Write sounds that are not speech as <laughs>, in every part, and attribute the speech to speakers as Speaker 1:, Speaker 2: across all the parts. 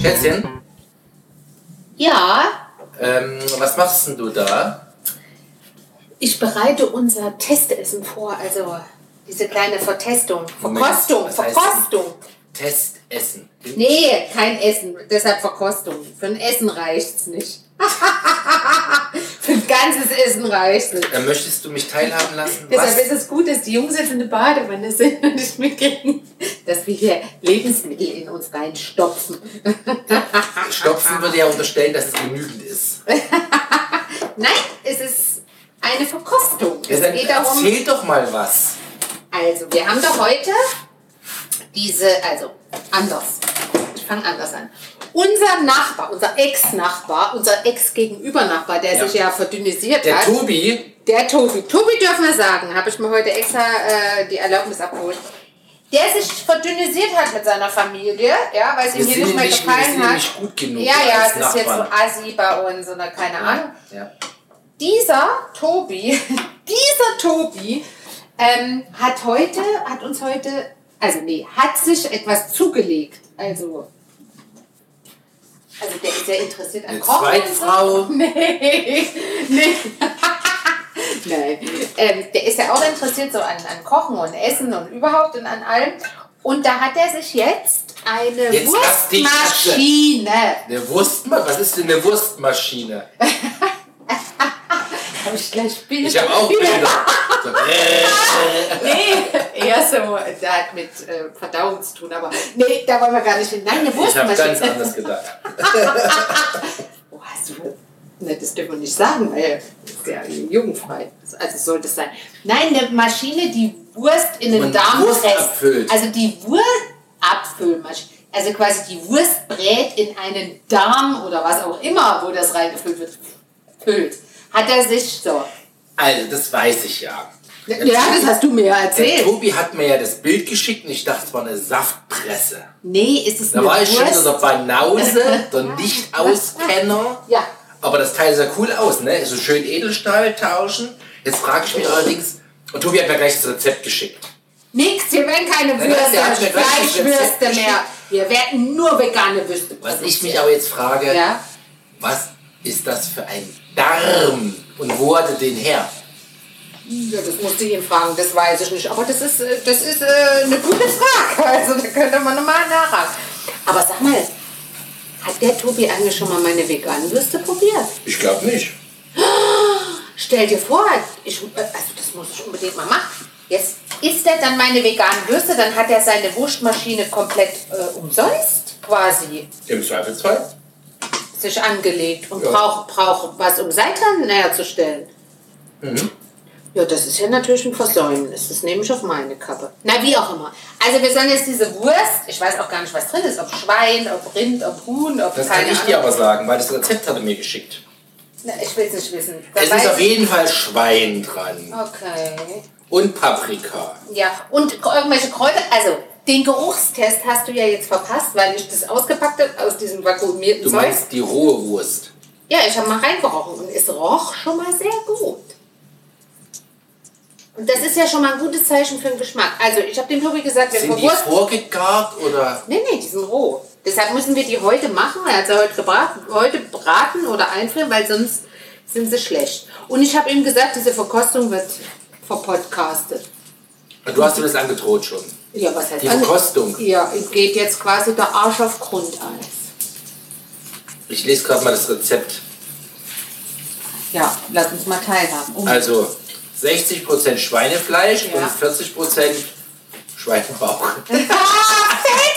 Speaker 1: Schätzchen,
Speaker 2: Ja,
Speaker 1: ähm, was machst denn du da?
Speaker 2: ich bereite unser Testessen vor, also diese kleine Vertestung,
Speaker 1: Moment,
Speaker 2: Verkostung,
Speaker 1: was heißt
Speaker 2: Verkostung.
Speaker 1: Testessen.
Speaker 2: Nee, kein Essen, deshalb Verkostung. Für ein Essen reicht's nicht. <laughs> Für ein ganzes Essen reicht's nicht.
Speaker 1: Äh, möchtest du mich teilhaben lassen?
Speaker 2: Deshalb ist
Speaker 1: Was?
Speaker 2: es gut, dass die Jungs jetzt in der Badewanne sind <laughs> und nicht mitkriegen, dass wir hier Lebensmittel in uns reinstopfen.
Speaker 1: Stopfen würde ja unterstellen, dass es genügend ist.
Speaker 2: Nein, es ist eine Verkostung. Es
Speaker 1: Deshalb
Speaker 2: geht darum,
Speaker 1: erzähl doch mal was.
Speaker 2: Also, wir haben doch heute diese, also anders. Ich fange anders an. Unser Nachbar, unser Ex-Nachbar, unser Ex-Gegenüber-Nachbar, der
Speaker 1: Ja.
Speaker 2: sich ja verdünnisiert
Speaker 1: Der
Speaker 2: hat.
Speaker 1: Tobi,
Speaker 2: Der Tobi. Tobi dürfen wir sagen, habe ich mir heute extra äh, die Erlaubnis abgeholt. Der sich verdünnisiert hat mit seiner Familie, ja, weil es
Speaker 1: wir
Speaker 2: ihm hier
Speaker 1: sind, ihm
Speaker 2: nicht mehr
Speaker 1: nicht, wir sind
Speaker 2: gefallen
Speaker 1: ihm
Speaker 2: hat.
Speaker 1: nicht gut genug.
Speaker 2: ja, ja,
Speaker 1: als
Speaker 2: es ist jetzt so
Speaker 1: Nachbarn.
Speaker 2: assi bei uns oder keine Ahnung
Speaker 1: Ja.
Speaker 2: dieser Tobi, <laughs> dieser Tobi ähm, hat heute, hat uns heute, also nee, hat sich etwas zugelegt. Also, also der ist sehr interessiert an
Speaker 1: Eine
Speaker 2: Kochen.
Speaker 1: Zweitfrau.
Speaker 2: Nee, nee. <laughs> Nein. Ähm, der ist ja auch interessiert so an, an Kochen und Essen und überhaupt und an allem. Und da hat er sich jetzt eine
Speaker 1: Jetzt lass dich
Speaker 2: Wurstmaschine.
Speaker 1: Eine Wurstma was ist denn eine Wurstmaschine?
Speaker 2: Hab ich gleich Bilder.
Speaker 1: Ich habe auch Bilder. So, äh,
Speaker 2: Nee, eher so, da hat mit äh, Verdauung zu tun, aber nee, da wollen wir gar nicht hin. Nein, eine
Speaker 1: ich habe ganz
Speaker 2: Wurstmaschine.
Speaker 1: anders gedacht.
Speaker 2: Oh, hast du, ne, das dürfen wir nicht sagen, weil das ist ja jugendfrei. Also sollte es sein. Nein, eine Maschine, die Wurst in den
Speaker 1: Und
Speaker 2: Darm
Speaker 1: Wurst
Speaker 2: presst.
Speaker 1: abfüllt.
Speaker 2: Also die Wurstabfüllmaschine. Also quasi die Wurst brät in einen Darm oder was auch immer, wo das reingefüllt wird. Füllt. Hat er sich so.
Speaker 1: Also, das weiß ich ja.
Speaker 2: Ja, das hast du mir ja
Speaker 1: Der
Speaker 2: erzählt.
Speaker 1: Tobi hat mir ja das Bild geschickt und ich dachte, es war eine Saftpresse.
Speaker 2: Nee, ist es
Speaker 1: Da
Speaker 2: eine
Speaker 1: war ich schon
Speaker 2: Wurst?
Speaker 1: so der Banause,
Speaker 2: <laughs>
Speaker 1: der Nicht-Auskenner.
Speaker 2: Ja.
Speaker 1: Aber das Teil sah cool aus, ne? So schön Edelstahl tauschen. Jetzt frage ich mich allerdings, und Tobi hat mir gleich das Rezept geschickt.
Speaker 2: Nix, hier werden keine
Speaker 1: Nein, nein, der hat
Speaker 2: Würste,
Speaker 1: mir gleich das Rezept
Speaker 2: Fleischwürste mehr.
Speaker 1: geschickt.
Speaker 2: Wir werden nur vegane Würste.
Speaker 1: Was ich mich aber jetzt frage,
Speaker 2: Ja.
Speaker 1: was ist das für ein Darm? Und wo hatte den her?
Speaker 2: ja, das musst du ihn fragen, das weiß ich nicht. Aber das ist, äh, das ist äh, eine gute Frage. <laughs> Also da könnte man nochmal nachhaken. Aber sag mal, hat der Tobi eigentlich schon mal meine veganen Würste probiert?
Speaker 1: Ich glaube nicht.
Speaker 2: Stell dir vor, ich, äh, also das muss ich unbedingt mal machen. Jetzt isst er dann meine veganen Würste, dann hat er seine Wurstmaschine komplett äh, umsonst quasi.
Speaker 1: Im Zweifelsfall?
Speaker 2: sich angelegt und
Speaker 1: Ja.
Speaker 2: braucht, braucht was, um Seitan herzustellen.
Speaker 1: Mhm.
Speaker 2: Ja, das ist ja natürlich ein Versäumnis. Das nehme ich auf meine Kappe. Na, wie auch immer. Also wir sollen jetzt diese Wurst, ich weiß auch gar nicht, was drin ist, ob Schwein, ob Rind, ob Huhn, ob
Speaker 1: Das
Speaker 2: keine
Speaker 1: kann ich
Speaker 2: Ahnung.
Speaker 1: dir aber sagen, weil das Rezept hat er mir geschickt.
Speaker 2: Na, ich will es nicht wissen. Da
Speaker 1: Es
Speaker 2: weiß
Speaker 1: ist auf
Speaker 2: ich-
Speaker 1: jeden Fall Schwein dran.
Speaker 2: okay.
Speaker 1: Und Paprika.
Speaker 2: Ja, und irgendwelche Kräuter, also den Geruchstest hast du ja jetzt verpasst, weil ich das ausgepackt habe aus diesem vakuumierten
Speaker 1: Du
Speaker 2: Zeug.
Speaker 1: meinst die rohe Wurst.
Speaker 2: Ja, ich habe mal reingerochen und es roch schon mal sehr gut. Und das ist ja schon mal ein gutes Zeichen für den Geschmack. Also ich habe dem Tobi gesagt, wir
Speaker 1: Sind die
Speaker 2: verwursten.
Speaker 1: vorgegart oder?
Speaker 2: Nee, nee, die sind roh. Deshalb müssen wir die heute machen. Er hat sie heute gebraten, heute braten oder einfrieren, weil sonst sind sie schlecht. Und ich habe ihm gesagt, diese Verkostung wird verpodcastet.
Speaker 1: Du hast mir das angedroht schon.
Speaker 2: Ja, was heißt
Speaker 1: Die
Speaker 2: das?
Speaker 1: Verkostung.
Speaker 2: Ja, geht jetzt quasi der Arsch auf Grundeis.
Speaker 1: Ich lese gerade mal das Rezept.
Speaker 2: Ja, lass uns mal teilhaben. Um
Speaker 1: Also 60% Schweinefleisch
Speaker 2: Ja.
Speaker 1: und 40%
Speaker 2: <laughs>
Speaker 1: Schweinebauch.
Speaker 2: Perfekt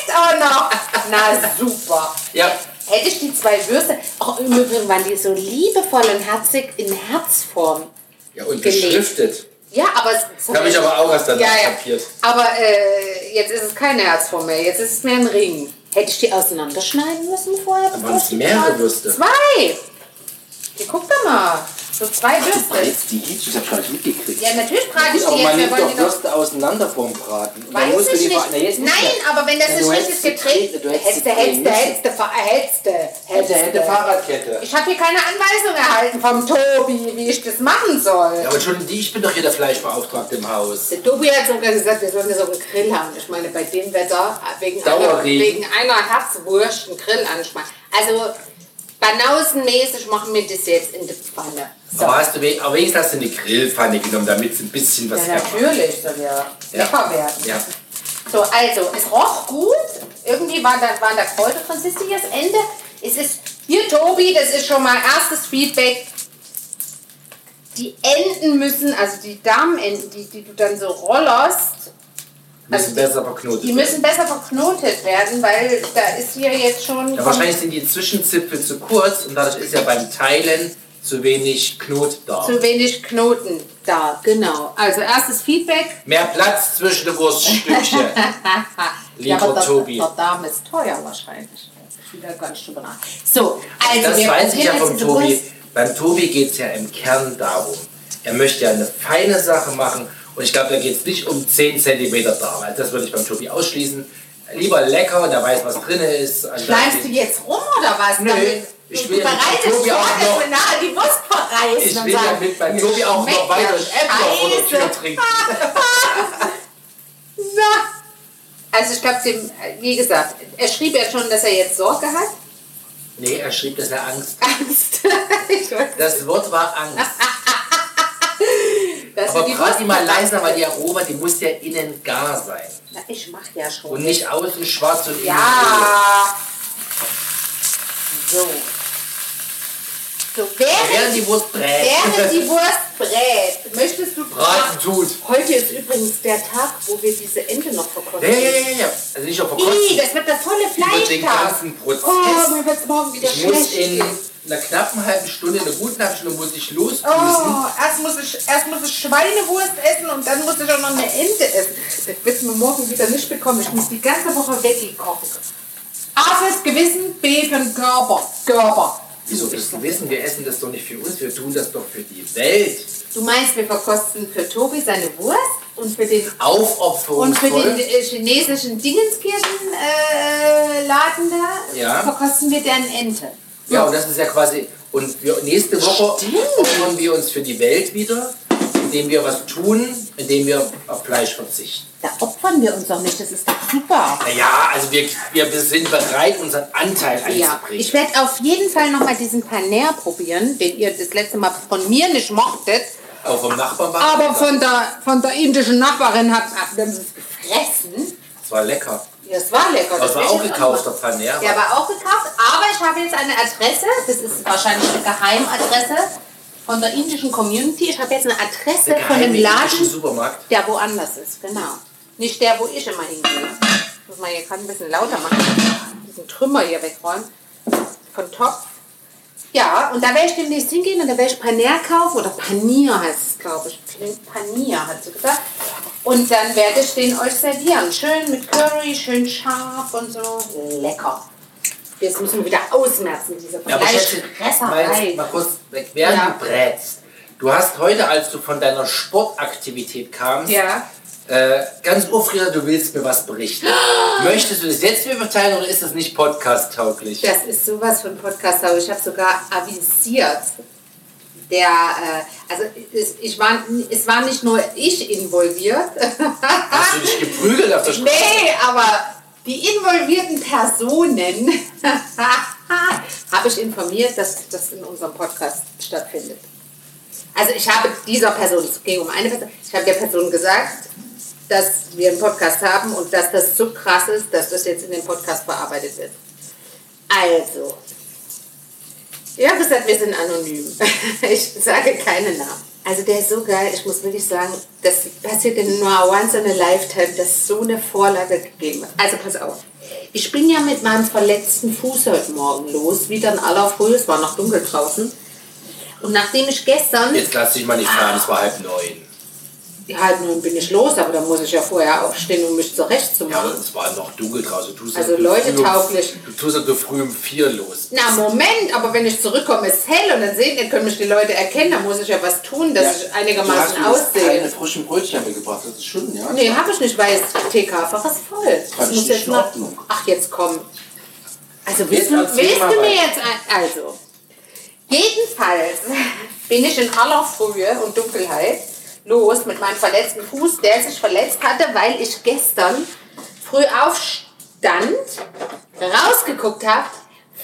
Speaker 2: auch noch. Na super.
Speaker 1: Ja.
Speaker 2: Hätte ich die zwei Würste, auch im Übrigen waren die so liebevoll und herzig in Herzform.
Speaker 1: Ja, und
Speaker 2: Gelegt.
Speaker 1: beschriftet.
Speaker 2: Ja, aber es
Speaker 1: Habe ich aber auch erst danach
Speaker 2: ja, ja.
Speaker 1: kapiert.
Speaker 2: Aber äh, jetzt ist es keine Herzform mehr, jetzt ist es mehr ein Ring. Hätte ich die auseinanderschneiden müssen vorher? bevor
Speaker 1: waren es
Speaker 2: ich die
Speaker 1: mehrere
Speaker 2: braten?
Speaker 1: Würste.
Speaker 2: Zwei! Hier, guck doch mal. So zwei Würste.
Speaker 1: Jetzt die Hitze, ich hab gar nicht mitgekriegt.
Speaker 2: Ja, natürlich brate
Speaker 1: Gut,
Speaker 2: ich die
Speaker 1: aber
Speaker 2: jetzt.
Speaker 1: man
Speaker 2: Wir
Speaker 1: nimmt
Speaker 2: wollen die
Speaker 1: doch
Speaker 2: doch.
Speaker 1: Würste auseinander vorm Braten. Und dann
Speaker 2: Weiß
Speaker 1: musst du
Speaker 2: ich
Speaker 1: die
Speaker 2: nicht.
Speaker 1: ver- Na, jetzt nicht
Speaker 2: Nein,
Speaker 1: mehr.
Speaker 2: aber wenn das
Speaker 1: Ja,
Speaker 2: nicht
Speaker 1: du
Speaker 2: richtig
Speaker 1: hättest
Speaker 2: getreten
Speaker 1: getreten,
Speaker 2: ist,
Speaker 1: du hättest
Speaker 2: hetzte, hetzte,
Speaker 1: getreten
Speaker 2: hetzte, hetzte,
Speaker 1: Hätte, hätte
Speaker 2: hetzte.
Speaker 1: Fahrradkette.
Speaker 2: Ich habe hier keine Anweisung erhalten vom Tobi, wie ich das machen soll.
Speaker 1: Ja, aber schon die, ich bin doch hier der Fleischbeauftragte im Haus.
Speaker 2: Der Tobi hat sogar gesagt, wir sollen das auf den Grill haben. Ich meine, bei dem Wetter, äh, wegen einer,
Speaker 1: Dauerregen.
Speaker 2: wegen einer Herzwurst einen Grill anschmeißen. Also, banausenmäßig machen wir das jetzt in die Pfanne. So.
Speaker 1: Aber hast du we- aber wenigstens hast du eine Grillpfanne genommen, damit es ein bisschen was
Speaker 2: Ja, natürlich soll ja lecker werden.
Speaker 1: Ja.
Speaker 2: So, also, es roch gut. Irgendwie waren da, waren da Kräuter drin. Siehst du hier das Ende? Es ist, hier, Tobi, das ist schon mal erstes Feedback. Die Enden müssen, also die Darmenden, die, die du dann so rollerst,
Speaker 1: Müssen
Speaker 2: Also die-
Speaker 1: besser verknotet
Speaker 2: die müssen besser verknotet werden, weil da ist hier jetzt schon...
Speaker 1: Ja, wahrscheinlich sind die Zwischenzipfel zu kurz und dadurch ist ja beim Teilen zu wenig Knot da.
Speaker 2: zu wenig Knoten da, genau. Also erstes Feedback.
Speaker 1: Mehr Platz zwischen den
Speaker 2: <laughs>
Speaker 1: Wurststückchen. Lieber
Speaker 2: aber das,
Speaker 1: Tobi.
Speaker 2: Der Darm ist teuer wahrscheinlich. Ich will da gar nicht drüber nach. So, also
Speaker 1: das
Speaker 2: wir
Speaker 1: weiß ich ja
Speaker 2: probieren
Speaker 1: vom
Speaker 2: jetzt die
Speaker 1: Tobi.
Speaker 2: Wurst.
Speaker 1: Beim Tobi geht es ja im Kern darum. Er möchte ja eine feine Sache machen und ich glaube, da geht es nicht um 10 cm Darm. Also das würde ich beim Tobi ausschließen. Lieber lecker, der weiß, was drin ist. Also,
Speaker 2: Bleibst du jetzt rum oder was?
Speaker 1: Nö,
Speaker 2: Damit-
Speaker 1: ich
Speaker 2: du
Speaker 1: will ja mit
Speaker 2: bereitest
Speaker 1: Tobi
Speaker 2: vor,
Speaker 1: auch
Speaker 2: dass
Speaker 1: noch-
Speaker 2: wir nachher die Wurst verreißen.
Speaker 1: ich
Speaker 2: und
Speaker 1: will ja
Speaker 2: sagen,
Speaker 1: mit beim Tobi auch noch
Speaker 2: schmeckt
Speaker 1: weiter
Speaker 2: ja
Speaker 1: Äpfel von der Tür
Speaker 2: scheiße.
Speaker 1: trinken.
Speaker 2: So. Also ich glaube, dem- wie gesagt, er schrieb ja schon, dass er jetzt Sorge hat. <laughs>
Speaker 1: Nee, er schrieb das ja Angst.
Speaker 2: Angst. ich weiß,
Speaker 1: Das Wort war Angst.
Speaker 2: dass
Speaker 1: Aber
Speaker 2: wir also die
Speaker 1: brat die
Speaker 2: Wurst
Speaker 1: mal
Speaker 2: verreißen.
Speaker 1: leiser, weil die Aroma, die muss ja innen gar sein.
Speaker 2: Na, ich mach ja schon.
Speaker 1: Und nicht außen schwarz und innen rot.
Speaker 2: Ja. So. So, während,
Speaker 1: Während die Wurst brät. <laughs>
Speaker 2: während die Wurst brät, möchtest du
Speaker 1: Braten tut.
Speaker 2: Heute ist übrigens der Tag, wo wir diese Ente noch verkosten.
Speaker 1: Ja, ja, ja, ja, ja. Also nicht auf
Speaker 2: Ih,
Speaker 1: verkosten.
Speaker 2: das wird der volle
Speaker 1: Über den
Speaker 2: Fleischtag.
Speaker 1: ganzen Prozess.
Speaker 2: Oh, mir wird's morgen wieder
Speaker 1: ich muss
Speaker 2: schlecht.
Speaker 1: in einer knappen halben Stunde, in einer guten halben Stunde muss ich losdüsen.
Speaker 2: Oh, erst muss, ich, erst muss ich Schweinewurst essen und dann muss ich auch noch eine Ente essen. Das wird mir morgen wieder nicht bekommen. Ich muss die ganze Woche wegkochen. A fürs Gewissen, B für den Körper. Körper.
Speaker 1: Wieso das Gewissen? Wir essen das doch nicht für uns, wir tun das doch für die Welt.
Speaker 2: Du meinst, wir verkosten für Tobi seine Wurst und für den
Speaker 1: Oh,
Speaker 2: und für den
Speaker 1: Aufopferungsvoll.
Speaker 2: äh, chinesischen Dingenskirchenladen äh, Laden da
Speaker 1: Ja.
Speaker 2: verkosten wir deren Ente.
Speaker 1: Ja, und das ist ja quasi. Und wir, nächste Woche opfern wir uns für die Welt wieder, indem wir was tun, indem wir auf Fleisch verzichten.
Speaker 2: Da opfern wir uns doch nicht, das ist doch super.
Speaker 1: Naja, also wir, wir sind bereit, unseren Anteil
Speaker 2: Ja,
Speaker 1: einzubringen.
Speaker 2: ich werde auf jeden Fall nochmal diesen Paner probieren, den ihr das letzte Mal von mir nicht mochtet,
Speaker 1: Auch vom Nachbarn war
Speaker 2: aber
Speaker 1: lecker.
Speaker 2: von der, von der indischen Nachbarin habt ihr es gefressen.
Speaker 1: Das war lecker.
Speaker 2: Ja, das war lecker.
Speaker 1: Das war
Speaker 2: will
Speaker 1: auch
Speaker 2: ich jetzt
Speaker 1: gekauft, der
Speaker 2: noch mal-
Speaker 1: Panera.
Speaker 2: Der war auch gekauft, aber ich habe jetzt eine Adresse, das ist wahrscheinlich eine Geheimadresse von der indischen Community. Ich habe jetzt eine Adresse
Speaker 1: Der
Speaker 2: von dem
Speaker 1: geheime indische
Speaker 2: Laden,
Speaker 1: Supermarkt.
Speaker 2: der woanders ist, genau. Nicht der, wo ich immer hingehe. Muss man hier gerade ein bisschen lauter machen. Diesen Trümmer hier wegräumen. Von Top. Ja, und da werde ich demnächst hingehen und da werde ich Panier kaufen. Oder Panier heißt es, glaube ich. Klingt Panier, hat sie gesagt. Und dann werde ich den euch servieren. Schön mit Curry, schön scharf und so. Lecker. Jetzt müssen wir wieder ausmerzen, diese
Speaker 1: Ja, aber Schätzchen,
Speaker 2: Fleischfresserei.
Speaker 1: mal, mal kurz weg. Während
Speaker 2: Ja.
Speaker 1: du brätst, du hast heute, als du von deiner Sportaktivität kamst,
Speaker 2: Ja.
Speaker 1: äh, ganz aufgeregt, du willst mir was
Speaker 2: <gasps>
Speaker 1: berichten. Möchtest du das jetzt mir verteilen oder ist das nicht podcast-tauglich?
Speaker 2: Das ist sowas von Podcast, aber ich habe sogar avisiert. Der, äh, also es, ich war, es war nicht nur ich involviert. <laughs>
Speaker 1: Hast du dich geprügelt auf der Straße?
Speaker 2: nee, aber die involvierten Personen <laughs> habe ich informiert, dass das in unserem Podcast stattfindet. Also ich habe dieser Person, es ging um eine Person, ich habe der Person gesagt, dass wir einen Podcast haben und dass das so krass ist, dass das jetzt in dem Podcast verarbeitet wird. Also, ihr habt gesagt, wir sind anonym. <laughs> Ich sage keine Namen. Also der ist so geil, ich muss wirklich sagen, das passiert in nur once in a lifetime, dass so eine Vorlage gegeben wird. Also pass auf. Ich bin ja mit meinem verletzten Fuß heute Morgen los, wieder in aller Früh, es war noch dunkel draußen. Und nachdem ich gestern...
Speaker 1: Jetzt lass dich mal nicht fahren, es war halb neun.
Speaker 2: die halten und bin ich los, aber da muss ich ja vorher aufstehen, um mich
Speaker 1: Ja,
Speaker 2: zurechtzumachen.
Speaker 1: aber es war noch dunkel draußen. Du tust
Speaker 2: Also
Speaker 1: ja- du
Speaker 2: Leute
Speaker 1: früh um-
Speaker 2: tauglich.
Speaker 1: Du tust ja du früh um vier los.
Speaker 2: Na Moment, aber wenn ich zurückkomme, ist hell und dann sehen, dann können mich die Leute erkennen, da muss ich ja was tun, dass ich Also
Speaker 3: Du
Speaker 2: einigermaßen
Speaker 3: hast mir jetzt Keine
Speaker 2: aussehe.
Speaker 3: frischen Brötchen mitgebracht, das ist schön, ja?
Speaker 2: Nee, habe ich nicht, weil das TK-Fach ist voll.
Speaker 3: Das ist
Speaker 2: Das muss
Speaker 3: nicht
Speaker 2: jetzt
Speaker 3: in
Speaker 2: mal.
Speaker 3: Ordnung.
Speaker 2: Ach, jetzt komm. Also willst, du,
Speaker 1: erzähl
Speaker 2: willst
Speaker 1: mal
Speaker 2: du mir
Speaker 1: weiter.
Speaker 2: jetzt ein, also jedenfalls <laughs> bin ich in aller Frühe und Dunkelheit los mit meinem verletzten Fuß, der sich verletzt hatte, weil ich gestern früh aufstand, rausgeguckt habe,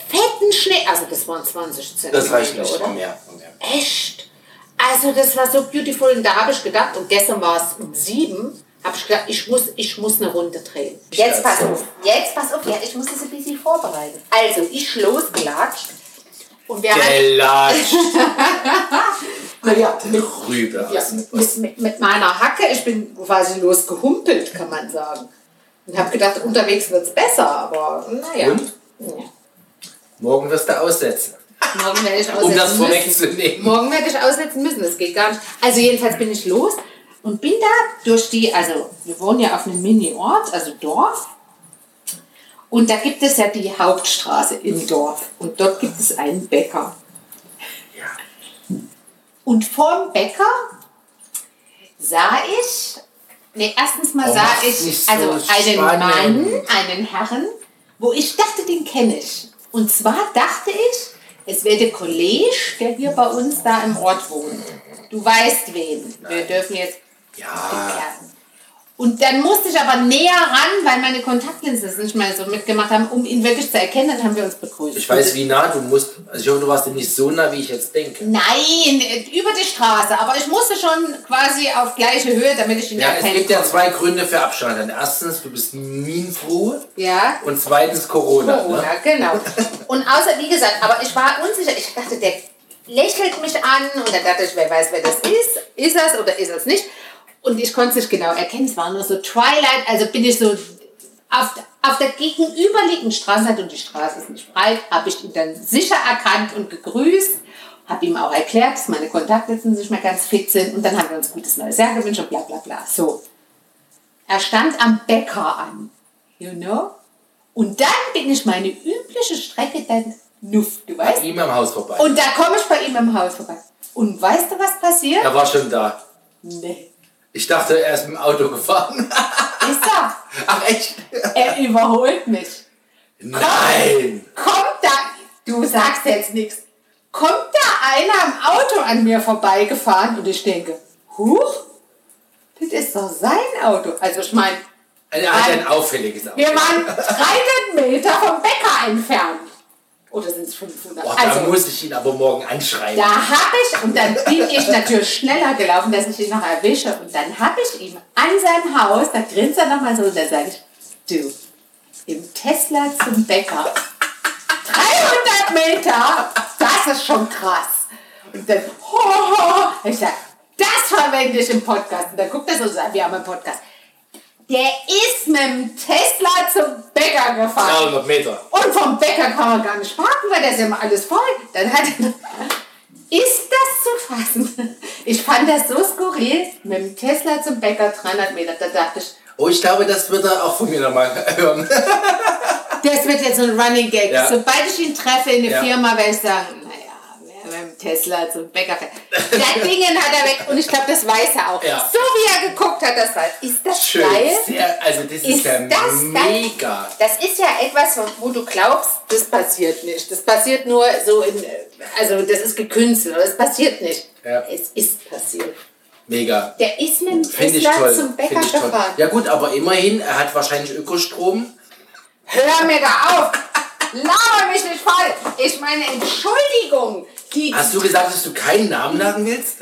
Speaker 2: fetten Schnee, also das waren 20 Zentimeter,
Speaker 1: Das reicht nicht.
Speaker 2: oder?
Speaker 1: Komm her, komm her.
Speaker 2: Echt? Also das war so beautiful und da habe ich gedacht, und gestern war es um sieben, habe ich gedacht, ich muss, ich muss eine Runde drehen. Jetzt pass auf, jetzt pass auf, ja, ich muss das ein bisschen vorbereiten. Also ich losgelatscht und wir hatten <laughs>
Speaker 1: Gelatscht.
Speaker 2: naja, mit,
Speaker 1: Rübe
Speaker 2: ja,
Speaker 1: aus dem
Speaker 2: mit, mit, mit meiner Hacke, ich bin quasi losgehumpelt, kann man sagen. Und habe gedacht, unterwegs wird es besser, aber naja.
Speaker 1: Und?
Speaker 2: Ja.
Speaker 1: Morgen wirst du aussetzen.
Speaker 2: Morgen werde ich aussetzen
Speaker 1: Um das
Speaker 2: müssen.
Speaker 1: vorwegzunehmen.
Speaker 2: Morgen werde ich aussetzen müssen, das geht gar nicht. Also jedenfalls bin ich los und bin da durch die, also wir wohnen ja auf einem Mini-Ort, also Dorf. Und da gibt es ja die Hauptstraße im Dorf und dort gibt es einen Bäcker.
Speaker 1: Ja.
Speaker 2: Und vorm Bäcker sah ich, nee, erstens mal
Speaker 1: Oh,
Speaker 2: sah
Speaker 1: mach's
Speaker 2: ich
Speaker 1: nicht so
Speaker 2: also einen
Speaker 1: spannend.
Speaker 2: Mann, einen Herrn, wo ich dachte, den kenne ich. Und zwar dachte ich, es wäre der Kollege, der hier bei uns da im Ort wohnt. Du weißt wen. Wir dürfen jetzt
Speaker 1: Ja.
Speaker 2: erklären. Und dann musste ich aber näher ran, weil meine Kontaktlinsen es nicht mehr so mitgemacht haben, um ihn wirklich zu erkennen. Dann haben wir uns begrüßt.
Speaker 1: Ich weiß, wie nah du musst. Also ich hoffe, du warst dir nicht so nah, wie ich jetzt denke.
Speaker 2: Nein, über die Straße. Aber ich musste schon quasi auf gleiche Höhe, damit ich ihn
Speaker 1: Ja, es
Speaker 2: erkennen
Speaker 1: gibt ja
Speaker 2: kann.
Speaker 1: zwei Gründe für Abschneidern. Erstens, du bist Minenfroh.
Speaker 2: Ja.
Speaker 1: Und zweitens Corona.
Speaker 2: Corona,
Speaker 1: Ne?
Speaker 2: genau. Und außer, wie gesagt, aber ich war unsicher. Ich dachte, der lächelt mich an und dann dachte ich, wer weiß, wer das ist. Ist er es oder ist er es nicht? Und ich konnte es nicht genau erkennen. Es war nur so Twilight, also bin ich so auf, auf der gegenüberliegenden Straßenseite und die Straße ist nicht breit, habe ich ihn dann sicher erkannt und gegrüßt. Habe ihm auch erklärt, dass meine Kontaktlinsen nicht mehr ganz fit sind und dann haben wir uns gutes neues Jahr gewünscht und bla bla bla. So. Er stand am Bäcker an. You know? Und dann bin ich meine übliche Strecke dann nuff, du
Speaker 1: Bei
Speaker 2: weißt.
Speaker 1: ihm am Haus vorbei.
Speaker 2: Und da komme ich bei ihm im Haus vorbei. Und weißt du, was passiert?
Speaker 1: er war schon da.
Speaker 2: Nee.
Speaker 1: Ich dachte, er ist mit dem Auto gefahren. <laughs>
Speaker 2: Ist er.
Speaker 1: Ach echt?
Speaker 2: Er überholt mich.
Speaker 1: Nein!
Speaker 2: Kommt da, du sagst jetzt nichts. Kommt da einer im Auto an mir vorbeigefahren und ich denke, huch, das ist doch sein Auto. Also ich meine,
Speaker 1: Er hat
Speaker 2: Nein.
Speaker 1: ein auffälliges Auto.
Speaker 2: wir waren 300 Meter vom Bäcker entfernt. Oder Also, sind es 500?
Speaker 1: Boah, Oh, da muss ich ihn aber morgen anschreiben.
Speaker 2: Da habe ich, und dann bin ich natürlich schneller gelaufen, dass ich ihn noch erwische. Und dann habe ich ihm an seinem Haus, da grinst er nochmal so und dann sage ich, du, im Tesla zum Bäcker. 300 Meter, das ist schon krass. Und dann, ho, ho, ho. ich sage, das verwende ich im Podcast. Und dann guckt er so und sagt, wir haben einen Podcast. Der ist mit dem Tesla zum Bäcker gefahren.
Speaker 1: 300 Meter.
Speaker 2: Und vom Bäcker kann man gar nicht parken, weil da ist ja immer alles voll. Dann hat Ist das zu fassen? Ich fand das so skurril. Mit dem Tesla zum Bäcker 300 Meter. Da dachte ich,
Speaker 1: Oh, ich glaube, das wird er auch von mir nochmal <laughs> hören.
Speaker 2: das wird jetzt ein Running Gag.
Speaker 1: Ja.
Speaker 2: Sobald ich ihn treffe in der
Speaker 1: Ja.
Speaker 2: Firma, werde ich sagen, naja, wer mit dem Tesla zum Bäcker fährt. Das Ding hat er weg. Und ich glaube, das weiß er auch.
Speaker 1: Ja.
Speaker 2: So wie er geguckt hat, das war. Ist das
Speaker 1: Schön.
Speaker 2: geil?
Speaker 1: Sehr, also das ist,
Speaker 2: Ist
Speaker 1: ja
Speaker 2: das
Speaker 1: mega.
Speaker 2: Das ist ja etwas, wo du glaubst, das passiert nicht. Das passiert nur so in, also das ist gekünstelt, aber es passiert nicht.
Speaker 1: Ja.
Speaker 2: Es ist passiert.
Speaker 1: Mega.
Speaker 2: Der ist mit dem
Speaker 1: Finde ich
Speaker 2: Tesla
Speaker 1: toll.
Speaker 2: zum Bäcker
Speaker 1: Finde ich toll.
Speaker 2: gefahren.
Speaker 1: Ja gut, aber immerhin, er hat wahrscheinlich Ökostrom.
Speaker 2: Hör mir da auf! Laber mich nicht voll! Ich meine, Entschuldigung! Die,
Speaker 1: Hast du gesagt, dass du keinen Namen sagen willst?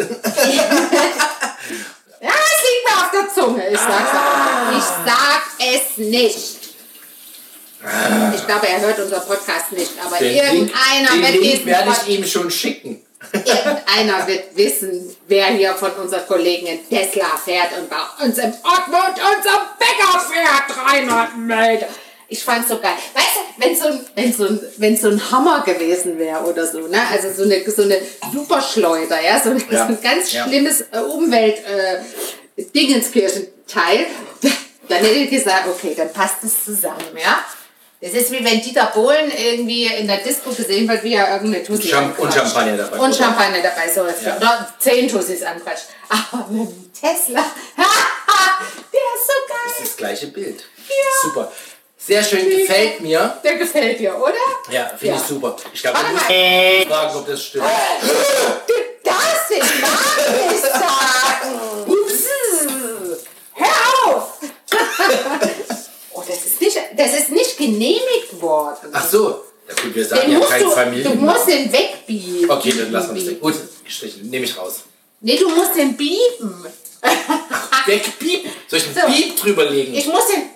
Speaker 2: Ja, es liegt mir auf der Zunge. Ich sag's auch.
Speaker 1: Ah.
Speaker 2: Ich sag es nicht. Ich glaube, er hört unseren Podcast nicht, aber <laughs> irgendeiner
Speaker 1: den
Speaker 2: wird
Speaker 1: Link
Speaker 2: diesen
Speaker 1: werde
Speaker 2: Podcast
Speaker 1: ich ihm schon schicken.
Speaker 2: Irgendeiner wird wissen, wer hier von unseren Kollegen in Tesla fährt und bei uns im Ortmund unser Bäcker fährt 300 Meter. Ich fand's so geil. Weißt du, wenn so ein, wenn so ein, wenn so ein Hammer gewesen wäre oder so, ne? Also so eine, so eine Superschleuder, ja? So, so ein ganz
Speaker 1: ja.
Speaker 2: schlimmes äh, Umwelt, äh, Dingenskirchen-Teil, dann hätte ich gesagt, okay, dann passt es zusammen, ja? Das ist wie wenn Dieter Bohlen irgendwie in der Disco gesehen wird, wie er irgendeine Tussi
Speaker 1: Champ- und
Speaker 2: anquatscht.
Speaker 1: Champagner dabei,
Speaker 2: Und
Speaker 1: oder?
Speaker 2: Champagner dabei, so ist
Speaker 1: Ja.
Speaker 2: Oder zehn Tussis anquatscht. Aber mit dem Tesla, <laughs> der ist so geil.
Speaker 1: Das ist das gleiche Bild. Super. Sehr schön, gefällt mir.
Speaker 2: Der gefällt dir, oder?
Speaker 1: Ja, finde
Speaker 2: Ja.
Speaker 1: ich super. Ich glaube,
Speaker 2: Warte
Speaker 1: wir müssen
Speaker 2: mal.
Speaker 1: fragen, ob das stimmt.
Speaker 2: Du darfst den Namen nicht sagen. Ups. Hör auf. <laughs> oh, das ist nicht, das ist nicht genehmigt worden.
Speaker 1: Ach so. Ja, gut, wir sagen
Speaker 2: Den
Speaker 1: ja
Speaker 2: musst
Speaker 1: kein
Speaker 2: du, du
Speaker 1: Familien.
Speaker 2: musst den wegbieben.
Speaker 1: Okay, dann lassen wir es weg. Gut, gestrichen. Nehme ich raus.
Speaker 2: Nee, du musst den bieben.
Speaker 1: Weg, Piep. Soll ich einen
Speaker 2: Ah. So.
Speaker 1: Piep drüberlegen?
Speaker 2: Ich muss den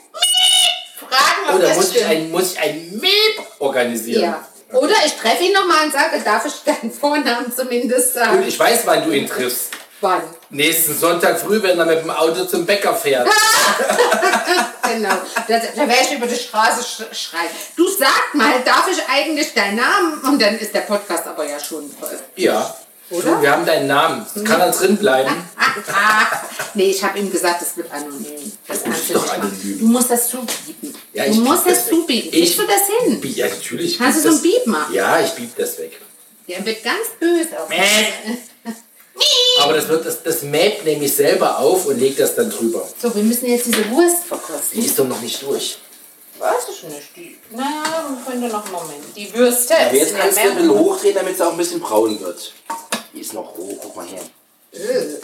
Speaker 2: fragen, ob
Speaker 1: Oder
Speaker 2: das
Speaker 1: muss ich,
Speaker 2: stimmt.
Speaker 1: ein, muss ich ein Miep organisieren?
Speaker 2: ja. Oder ich treffe ihn nochmal und sage, darf ich deinen Vornamen zumindest
Speaker 1: Gut,
Speaker 2: sagen?
Speaker 1: Also ich weiß, wann du ihn triffst.
Speaker 2: Wann?
Speaker 1: Nächsten Sonntag früh, wenn er mit dem Auto zum Bäcker fährt.
Speaker 2: Genau, da, da werde ich über die Straße sch schreien. Du sag mal, darf ich eigentlich deinen Namen? Und dann ist der Podcast aber ja schon voll. <laughs>
Speaker 1: Ja.
Speaker 2: Oder?
Speaker 1: Du, wir haben deinen Namen. Das kann da drin bleiben.
Speaker 2: nee, ich habe ihm gesagt, es wird anonym. Das kannst du
Speaker 1: doch
Speaker 2: nicht machen.
Speaker 1: anonym.
Speaker 2: Du musst das zubieten.
Speaker 1: Ja,
Speaker 2: du
Speaker 1: ich
Speaker 2: musst
Speaker 1: bieb
Speaker 2: das
Speaker 1: das weg.
Speaker 2: zubieten.
Speaker 1: Ich-
Speaker 2: Kriegst du das hin?
Speaker 1: Bi- Ja, natürlich. bieb
Speaker 2: Kannst du so
Speaker 1: das-
Speaker 2: ein Beep machen?
Speaker 1: Ja, ich bieb das weg.
Speaker 2: Der wird ganz böse auf mich.
Speaker 1: <laughs> Aber das, wird, das, das Map nehme ich selber auf und lege das dann drüber.
Speaker 2: So, wir müssen jetzt diese Wurst
Speaker 1: Die
Speaker 2: verkosten.
Speaker 1: ist doch noch nicht durch.
Speaker 2: Weiß ich nicht. Die, naja, wir können noch einen Moment. Die Würste
Speaker 3: Aber
Speaker 2: ist
Speaker 3: jetzt kannst du ein
Speaker 2: mehr.
Speaker 3: bisschen hochdrehen, damit es auch ein bisschen braun wird. Die ist noch roh, guck mal her.
Speaker 2: Öh,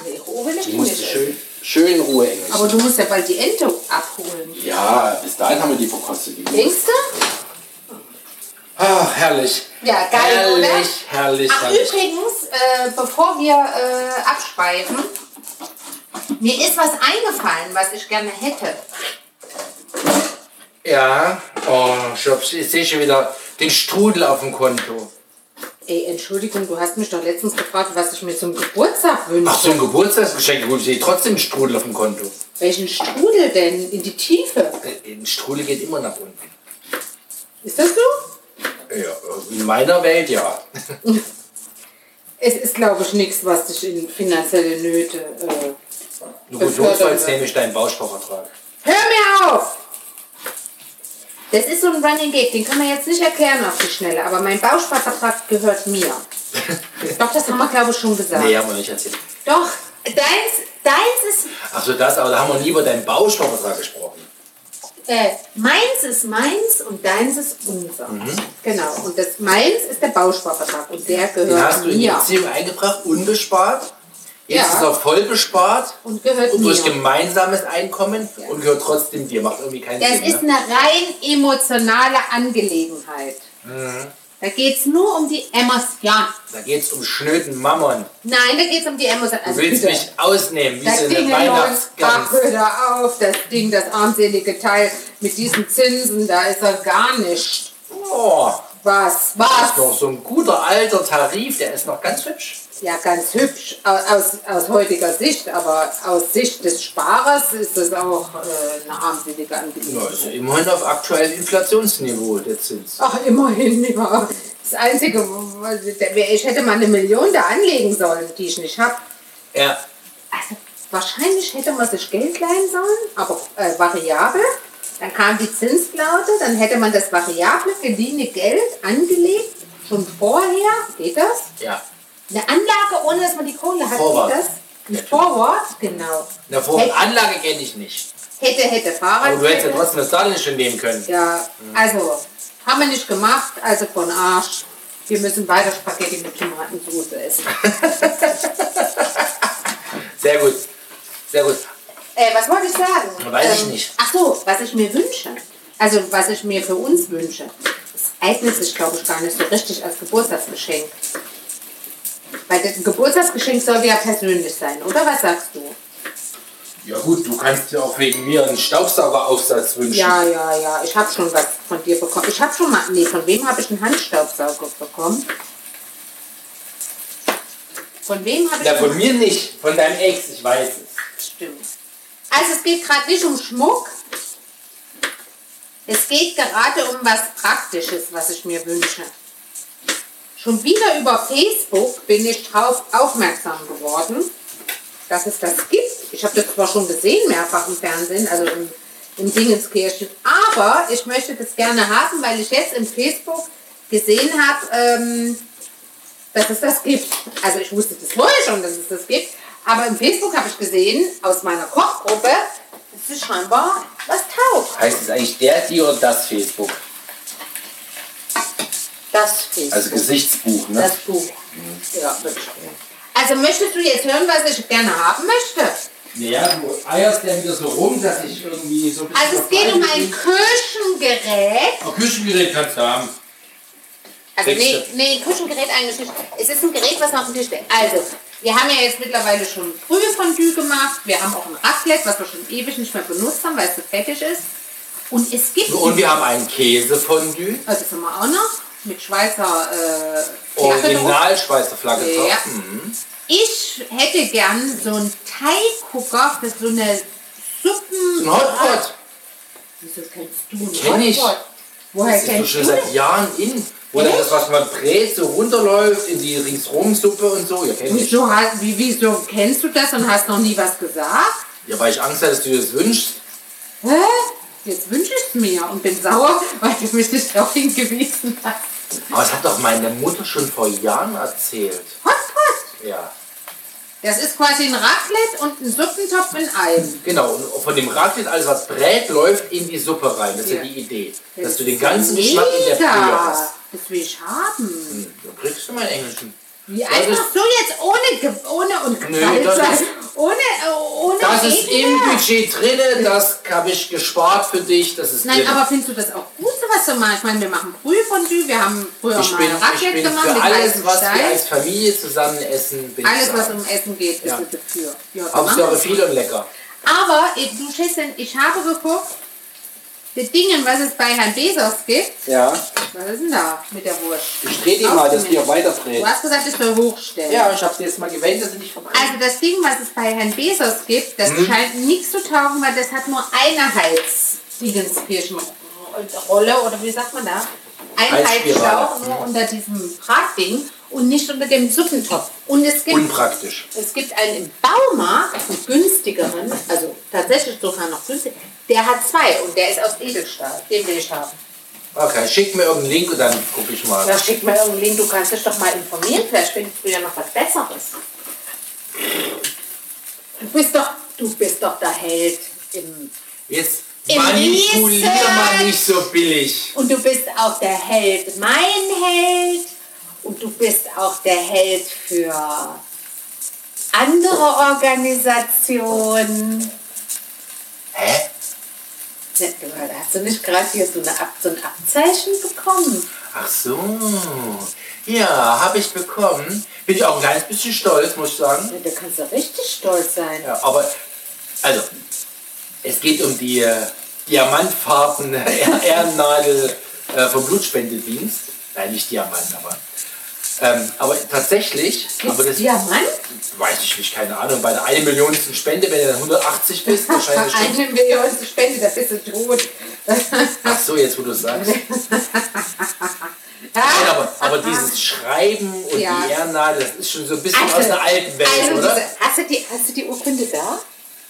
Speaker 2: nee, roh will ich
Speaker 3: Die musst du
Speaker 2: nicht
Speaker 3: schön, schön in Ruhe engeln.
Speaker 2: Aber du musst ja bald die Ente abholen.
Speaker 3: Ja, bis dahin haben wir die verkostet. Die
Speaker 2: Denkst du?
Speaker 1: Ach, herrlich.
Speaker 2: Ja, geil,
Speaker 1: Herrlich, herrlich,
Speaker 2: Ach,
Speaker 1: herrlich.
Speaker 2: übrigens, äh, bevor wir äh, abschweifen, mir ist was eingefallen, was ich gerne hätte.
Speaker 1: Ja, oh, ich, hab- ich sehe schon wieder den Strudel auf dem Konto.
Speaker 2: Ey, Entschuldigung, du hast mich doch letztens gefragt, was ich mir zum Geburtstag wünsche.
Speaker 1: Ach, so ein Geburtstagsgeschenk. Gut, ich sehe trotzdem einen Strudel auf dem Konto.
Speaker 2: Welchen Strudel denn in die Tiefe?
Speaker 1: Äh, Ein Strudel geht immer nach unten.
Speaker 2: Ist das so?
Speaker 1: Ja, äh, in meiner Welt ja.
Speaker 2: Es ist, glaube ich, nichts, was dich in finanzielle Nöte. Äh
Speaker 1: Nur gut,
Speaker 2: Befördern
Speaker 1: notfalls
Speaker 2: wir.
Speaker 1: nehme ich deinen Bausparvertrag.
Speaker 2: Hör mir auf! Das ist so ein Running Gag, den kann man jetzt nicht erklären auf die Schnelle, aber mein Bausparvertrag
Speaker 1: <laughs>
Speaker 2: gehört mir. Doch, das haben wir, glaube ich, schon gesagt.
Speaker 1: Nee, haben wir nicht erzählt.
Speaker 2: Doch, deins, deins ist
Speaker 1: Achso, das, aber da haben wir nie über deinen Bausparvertrag gesprochen.
Speaker 2: Äh, meins ist meins und deins ist unser. Genau. Und das meins ist der Bausparvertrag und der
Speaker 1: Mhm. Den
Speaker 2: gehört
Speaker 1: hast du in die
Speaker 2: mir.
Speaker 1: Beziehung eingebracht, unbespart. Jetzt
Speaker 2: Ja.
Speaker 1: ist er voll bespart.
Speaker 2: Und gehört
Speaker 1: Und durch
Speaker 2: mir.
Speaker 1: gemeinsames Einkommen und gehört trotzdem dir. Macht irgendwie keinen
Speaker 2: Das
Speaker 1: Sinn.
Speaker 2: ist
Speaker 1: ne?
Speaker 2: eine rein emotionale Angelegenheit.
Speaker 1: Mhm.
Speaker 2: Da geht es nur um die Emotion.
Speaker 1: Da geht es um schnöden Mammon.
Speaker 2: Nein, da geht es um die Emotion.
Speaker 1: Du
Speaker 2: Also
Speaker 1: willst
Speaker 2: bitte.
Speaker 1: mich ausnehmen, wie
Speaker 2: das
Speaker 1: so
Speaker 2: Ding
Speaker 1: eine
Speaker 2: in uns, ach,
Speaker 1: Weihnachtsgans.
Speaker 2: hör da auf, das Ding, das armselige Teil mit diesen Zinsen, da ist er gar nicht.
Speaker 1: Oh,
Speaker 2: Was,
Speaker 1: das ist
Speaker 2: was?
Speaker 1: noch so ein guter alter Tarif, der ist noch ganz hübsch.
Speaker 2: Ja, ganz hübsch au- aus, aus heutiger Sicht, aber aus Sicht des Sparers ist das auch äh, eine armselige
Speaker 1: Ja,
Speaker 2: Angelegenheit.
Speaker 1: ist ja immerhin auf aktuellem Inflationsniveau der Zins.
Speaker 2: Ach, immerhin, ja. Das Einzige, wo- wo- ich hätte mal eine Million da anlegen sollen, die ich nicht habe.
Speaker 1: Ja,
Speaker 2: Also, wahrscheinlich hätte man sich Geld leihen sollen, aber äh, variabel. Dann kam die Zinslaute, dann hätte man das variable geliehene Geld angelegt, schon vorher. Geht das?
Speaker 1: ja.
Speaker 2: Eine Anlage, ohne dass man die Kohle hat,
Speaker 1: Forward.
Speaker 2: geht das? Ein Forward, genau.
Speaker 1: Na, vor
Speaker 2: Hätte-
Speaker 1: Anlage kenne ich nicht.
Speaker 2: Hätte, hätte, Fahrrad.
Speaker 1: Aber du hättest ja trotzdem das Darlehen schon nehmen können.
Speaker 2: Ja, also, haben wir nicht gemacht, also von Arsch. Wir müssen weiter Spaghetti mit Tomatensauce essen.
Speaker 1: Sehr gut. Sehr gut.
Speaker 2: Äh, was wollte ich sagen? Ähm,
Speaker 1: Weiß ich nicht.
Speaker 2: Ach so, was ich mir wünsche. Also, was ich mir für uns wünsche. Es eignet sich, glaube ich, gar nicht so richtig als Geburtstagsgeschenk. Weil das Geburtstagsgeschenk sollte ja persönlich sein, oder? Was sagst du?
Speaker 1: Ja gut, du kannst dir auch wegen mir einen Staubsaugeraufsatz wünschen.
Speaker 2: Ja, ja, ja. Ich habe schon was von dir bekommen. Ich habe schon mal. Nee, von wem habe ich einen Handstaubsauger bekommen? Von wem habe ich
Speaker 1: Na, von
Speaker 2: einen-
Speaker 1: mir nicht. Von deinem Ex, ich weiß es.
Speaker 2: Stimmt. Also es geht gerade nicht um Schmuck. Es geht gerade um was Praktisches, was ich mir wünsche. Schon wieder über Facebook bin ich drauf aufmerksam geworden, dass es das gibt. Ich Ich habe das zwar schon gesehen, mehrfach im Fernsehen, also im, im Dingenskirchen. Aber ich möchte das gerne haben, weil ich jetzt im Facebook gesehen habe, ähm, dass es das gibt. Also ich wusste das vorher schon, dass es das gibt. Aber im Facebook habe ich gesehen, aus meiner Kochgruppe, dass es scheinbar was taugt.
Speaker 3: Heißt es eigentlich der, die oder das Facebook?
Speaker 2: Das Facebook.
Speaker 3: Also Gesichtsbuch,
Speaker 1: genau.
Speaker 3: ne?
Speaker 2: Das Buch. Ja, wirklich. Also möchtest du jetzt hören, was ich gerne haben möchte?
Speaker 1: Naja, du eierst ja wieder so rum, dass ich irgendwie so ein bisschen.
Speaker 2: Also es geht um ein
Speaker 1: verfeinert
Speaker 2: Küchengerät.
Speaker 1: bin. Ein Küchengerät kannst du haben.
Speaker 2: Also
Speaker 1: Kriegst
Speaker 2: nee,
Speaker 1: du.
Speaker 2: nee, Küchengerät eigentlich nicht. Es ist ein Gerät, was man auf den Tisch stellt. Also, wir haben ja jetzt mittlerweile schon Brühefondue gemacht. Wir haben auch ein Raclette, was wir schon ewig nicht mehr benutzt haben, weil es so fettig ist. Und es gibt...
Speaker 1: Und wir haben einen Käsefondue.
Speaker 2: Also das haben wir auch noch. Mit Schweizer... Äh, Ferkel drauf.
Speaker 1: Original Schweizer Flagge drauf.
Speaker 2: Ja. Ich hätte gern so einen Teiggucker für so eine Suppen...
Speaker 1: Ein
Speaker 2: Ah,
Speaker 1: Hotpot.
Speaker 2: Wieso kennst du einen
Speaker 1: Kenn ich.
Speaker 2: Hotpot? Woher
Speaker 1: Das ist so
Speaker 2: kennst du
Speaker 1: schon
Speaker 2: das?
Speaker 1: seit Jahren in. Wo dann das, was man brät, so runterläuft in die Ringsrumsuppe und so. Ja, kenn ich.
Speaker 2: Wieso, hast, wie, wieso kennst du das und hast noch nie was gesagt?
Speaker 1: Ja, weil ich Angst hatte, dass du dir das wünschst.
Speaker 2: Hä? Jetzt wünsche ich es mir und bin sauer, <laughs> weil du mich nicht darauf hingewiesen hast.
Speaker 1: Aber das hat doch meine Mutter schon vor Jahren erzählt.
Speaker 2: Hotpot!
Speaker 1: Ja.
Speaker 2: Das ist quasi ein Raclette und ein Suppentopf in einem.
Speaker 1: Genau, und von dem Raclette, alles was brät, läuft in die Suppe rein. Das ist ja,
Speaker 2: Ja.
Speaker 1: die Idee. Dass du den ganzen Geschmack in der Brühe hast.
Speaker 2: Mega! Das will ich haben.
Speaker 1: Da kriegst du meinen Englischen.
Speaker 2: Wie
Speaker 1: Das
Speaker 2: einfach
Speaker 1: ist-
Speaker 2: so jetzt ohne, Ge- ohne und
Speaker 1: Nö, das
Speaker 2: Salz,
Speaker 1: ist-
Speaker 2: ohne, äh, ohne
Speaker 1: Das ist
Speaker 2: Gegner.
Speaker 1: im Budget drin, das habe ich gespart für dich. Das ist
Speaker 2: Nein,
Speaker 1: drin.
Speaker 2: aber findest du das auch gut, was du machst? Ich meine, wir machen Brühfondue, wir haben früher
Speaker 1: ich
Speaker 2: mal
Speaker 1: bin, ich
Speaker 2: Raclette
Speaker 1: bin
Speaker 2: gemacht
Speaker 1: für
Speaker 2: mit
Speaker 1: alles,
Speaker 2: alles,
Speaker 1: was wir
Speaker 2: Stein.
Speaker 1: als Familie zusammen essen, bin
Speaker 2: Alles,
Speaker 1: ich
Speaker 2: was
Speaker 1: da.
Speaker 2: um Essen geht,
Speaker 1: Ja.
Speaker 2: ist du dafür. Ja, dann machen
Speaker 1: Hauptsache
Speaker 2: wir's.
Speaker 1: viel und lecker.
Speaker 2: Aber ich- du Schätzchen, ich habe geguckt, die Dinge, was es bei Herrn Bezos gibt,
Speaker 3: Ja.
Speaker 2: was ist denn da mit der Wurst?
Speaker 3: Ich dreh die
Speaker 2: Auf
Speaker 3: mal,
Speaker 2: die
Speaker 3: dass die
Speaker 2: Mitte.
Speaker 3: auch weiterdreht.
Speaker 2: Du hast gesagt, ich soll hochstellen.
Speaker 3: Ja, ich hab's dir jetzt mal gewendet, dass sie nicht verbrennt.
Speaker 2: Also das Ding, was es bei Herrn Bezos gibt, das scheint nichts zu taugen, weil das hat nur eine Heizdingenskirchenrolle oder wie sagt man da? Ein
Speaker 1: Heizspirale.
Speaker 2: Heizschlauch nur unter diesem Bratding und nicht unter dem Suppentopf. Und es gibt
Speaker 1: Unpraktisch.
Speaker 2: es gibt einen im Baumarkt, einen günstigeren, also tatsächlich sogar noch günstiger. Der hat zwei und der ist aus Edelstahl. Den will ich haben.
Speaker 1: Okay, schick mir irgendeinen Link und dann gucke ich mal.
Speaker 2: Da schick mir irgendeinen Link, du kannst dich doch mal informieren. Vielleicht findest du ja noch was Besseres. Du bist doch, du bist doch der Held. Im
Speaker 1: Jetzt
Speaker 2: Im
Speaker 1: manipulier
Speaker 2: Riesen-
Speaker 1: mal nicht so billig.
Speaker 2: und du bist auch der Held, mein Held. Und du bist auch der Held für andere Organisationen.
Speaker 1: Hä?
Speaker 2: Ne, du, Hast du nicht gerade hier so, eine Ab so ein Abzeichen bekommen?
Speaker 1: Ach so. Ja, habe ich bekommen. Bin ich auch ein kleines bisschen stolz, muss ich sagen.
Speaker 2: Ne, Da kannst du richtig stolz sein.
Speaker 1: Ja, aber, also, es geht um die äh, diamantfarbene <laughs> Er- Ehrennadel äh, vom Blutspendedienst. Nein, nicht Diamant, aber. Ähm, aber tatsächlich,
Speaker 2: Gibt's
Speaker 1: aber das
Speaker 2: Diamant?
Speaker 1: weiß ich nicht, keine Ahnung, bei der 1 Millionsten Spende, wenn du dann 180
Speaker 2: <laughs>
Speaker 1: bist, wahrscheinlich schon.
Speaker 2: Eine Million zu spenden, da bist du tot.
Speaker 1: Ach so, jetzt wo du es sagst. Nein, aber, aber
Speaker 2: <laughs>
Speaker 1: dieses Schreiben und
Speaker 2: Ja.
Speaker 1: die Ehrennadel, das ist schon so ein bisschen aus der alten Welt,
Speaker 2: also
Speaker 1: oder?
Speaker 2: Diese, hast, du die, hast du die Urkunde da?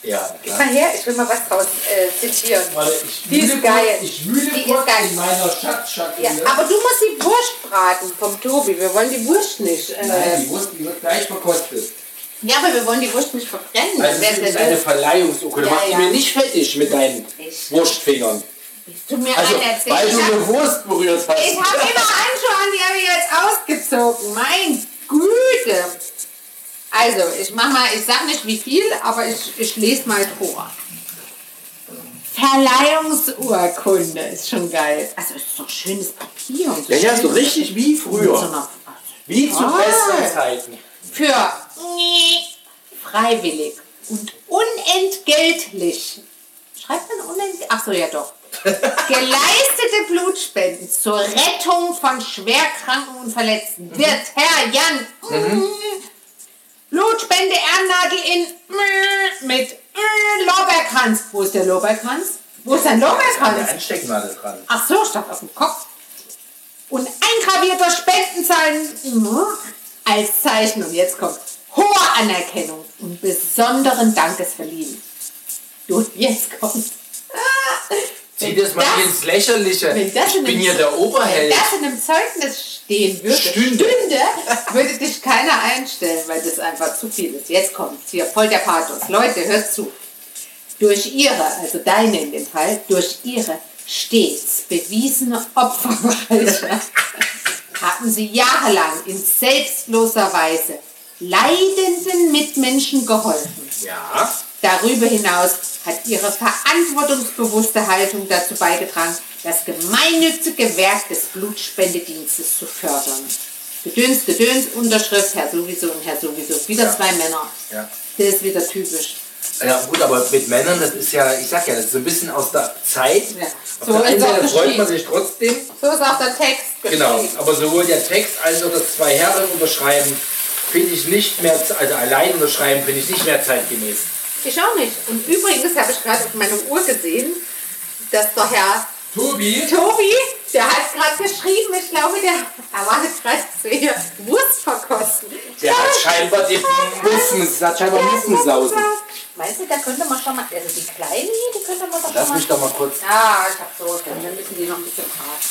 Speaker 1: ja,
Speaker 2: Mal
Speaker 1: klar.
Speaker 2: her, ich will mal was draus äh, zitieren.
Speaker 1: Warte, ich
Speaker 2: Die ist
Speaker 1: wühle
Speaker 2: geil.
Speaker 1: kurz- Ich wühle
Speaker 2: Die ist
Speaker 1: kurz
Speaker 2: geil.
Speaker 1: in meiner Schatzschachtel.
Speaker 2: Ja, aber du musst die Wurst braten vom Tobi. Wir wollen die Wurst nicht. Äh,
Speaker 1: Nein, die Wurst die wird gleich verkostet.
Speaker 2: ja, aber wir wollen die Wurst nicht verbrennen.
Speaker 1: Also
Speaker 2: Wer-
Speaker 1: es ist
Speaker 2: wer-
Speaker 1: eine Verleihungsurkunde.
Speaker 2: Ja,
Speaker 1: Mach die
Speaker 2: ja.
Speaker 1: mir nicht fettig mit deinen
Speaker 2: Ich-
Speaker 1: Wurstfingern.
Speaker 2: Tu mir
Speaker 1: Also,
Speaker 2: einen erzählen.
Speaker 1: weil du
Speaker 2: Ich hab-
Speaker 1: eine Wurst berührt hast.
Speaker 2: Ich habe immer Handschuhe an, die habe ich jetzt ausgezogen. Mein Güte. Also, ich mach mal, ich sag nicht wie viel, aber ich, ich lese mal vor. Verleihungsurkunde ist schon geil. Also ist doch schönes Papier. und
Speaker 3: Ja, ja, so
Speaker 2: schön-
Speaker 3: richtig wie
Speaker 2: mit so
Speaker 3: früher.
Speaker 2: einer-
Speaker 1: Wie zu
Speaker 2: Toll.
Speaker 1: besten Zeiten.
Speaker 2: Für freiwillig und unentgeltlich. Schreibt man unentgeltlich? Ach so, ja doch. Geleistete Blutspenden zur Rettung von schwerkranken und Verletzten wird Herr Jan Mm, Blutspende Ehrennadel in mit Lorbeerkranz. Wo ist der Lorbeerkranz? Wo ist dein
Speaker 1: An der
Speaker 2: Lorbeerkranz?
Speaker 1: Anstecknadel dran.
Speaker 2: Ach so, stand auf dem Kopf. Und eingravierter Spendenzeichen als Zeichen. Und jetzt kommt hoher Anerkennung und besonderen Dankes verliehen. Du, jetzt kommt. ah,
Speaker 1: Zieh das mal
Speaker 2: das-
Speaker 1: nicht ins Lächerliche.
Speaker 2: Wenn das
Speaker 1: ich
Speaker 2: in
Speaker 1: bin
Speaker 2: einem-
Speaker 1: hier der
Speaker 2: Wenn
Speaker 1: Oberheld.
Speaker 2: das in einem Zeugnis stehen würde,
Speaker 1: Stünde.
Speaker 2: stünde, würde dich keiner einstellen, weil das einfach zu viel ist. Jetzt kommt hier voll der Pathos. Leute, hört zu. Durch ihre, also deine in dem Fall, durch ihre stets bewiesene Opferbereitschaft <laughs> haben sie jahrelang in selbstloser Weise leidenden Mitmenschen geholfen.
Speaker 1: Ja.
Speaker 2: Darüber hinaus hat ihre verantwortungsbewusste Haltung dazu beigetragen, das gemeinnützige Werk des Blutspendedienstes zu fördern. Gedöns, Gedöns, Unterschrift, Herr sowieso und Herr sowieso. Wieder
Speaker 1: Ja.
Speaker 2: zwei Männer.
Speaker 1: Ja.
Speaker 2: Das ist wieder typisch.
Speaker 1: Ja gut, aber mit Männern, das ist ja, ich sag ja, das ist so ein bisschen aus der Zeit.
Speaker 2: Ja.
Speaker 1: Auf
Speaker 2: So
Speaker 1: der einen
Speaker 2: ist auch
Speaker 1: Seite freut man
Speaker 2: beschrieben.
Speaker 1: sich trotzdem.
Speaker 2: So ist auch der Text geschrieben.
Speaker 1: Genau. Aber sowohl der Text als auch das zwei Herren unterschreiben, finde ich nicht mehr, also allein unterschreiben, finde ich nicht mehr zeitgemäß.
Speaker 2: Ich auch nicht. Und übrigens habe ich gerade auf meiner Uhr gesehen, dass der Herr
Speaker 1: Tobi?
Speaker 2: Tobi, der hat gerade geschrieben, ich glaube, der erwartet gerade, dass wir hier Wurst verkosten.
Speaker 1: Der hat scheinbar die
Speaker 3: Muffens, das hat scheinbar Muffensausen.
Speaker 2: Weißt du, da könnte man schon mal, also die kleinen hier, die könnte man doch
Speaker 3: Lass
Speaker 2: schon mal.
Speaker 3: mich doch mal kurz.
Speaker 2: Ja, ich hab so, dann müssen die noch ein bisschen hart.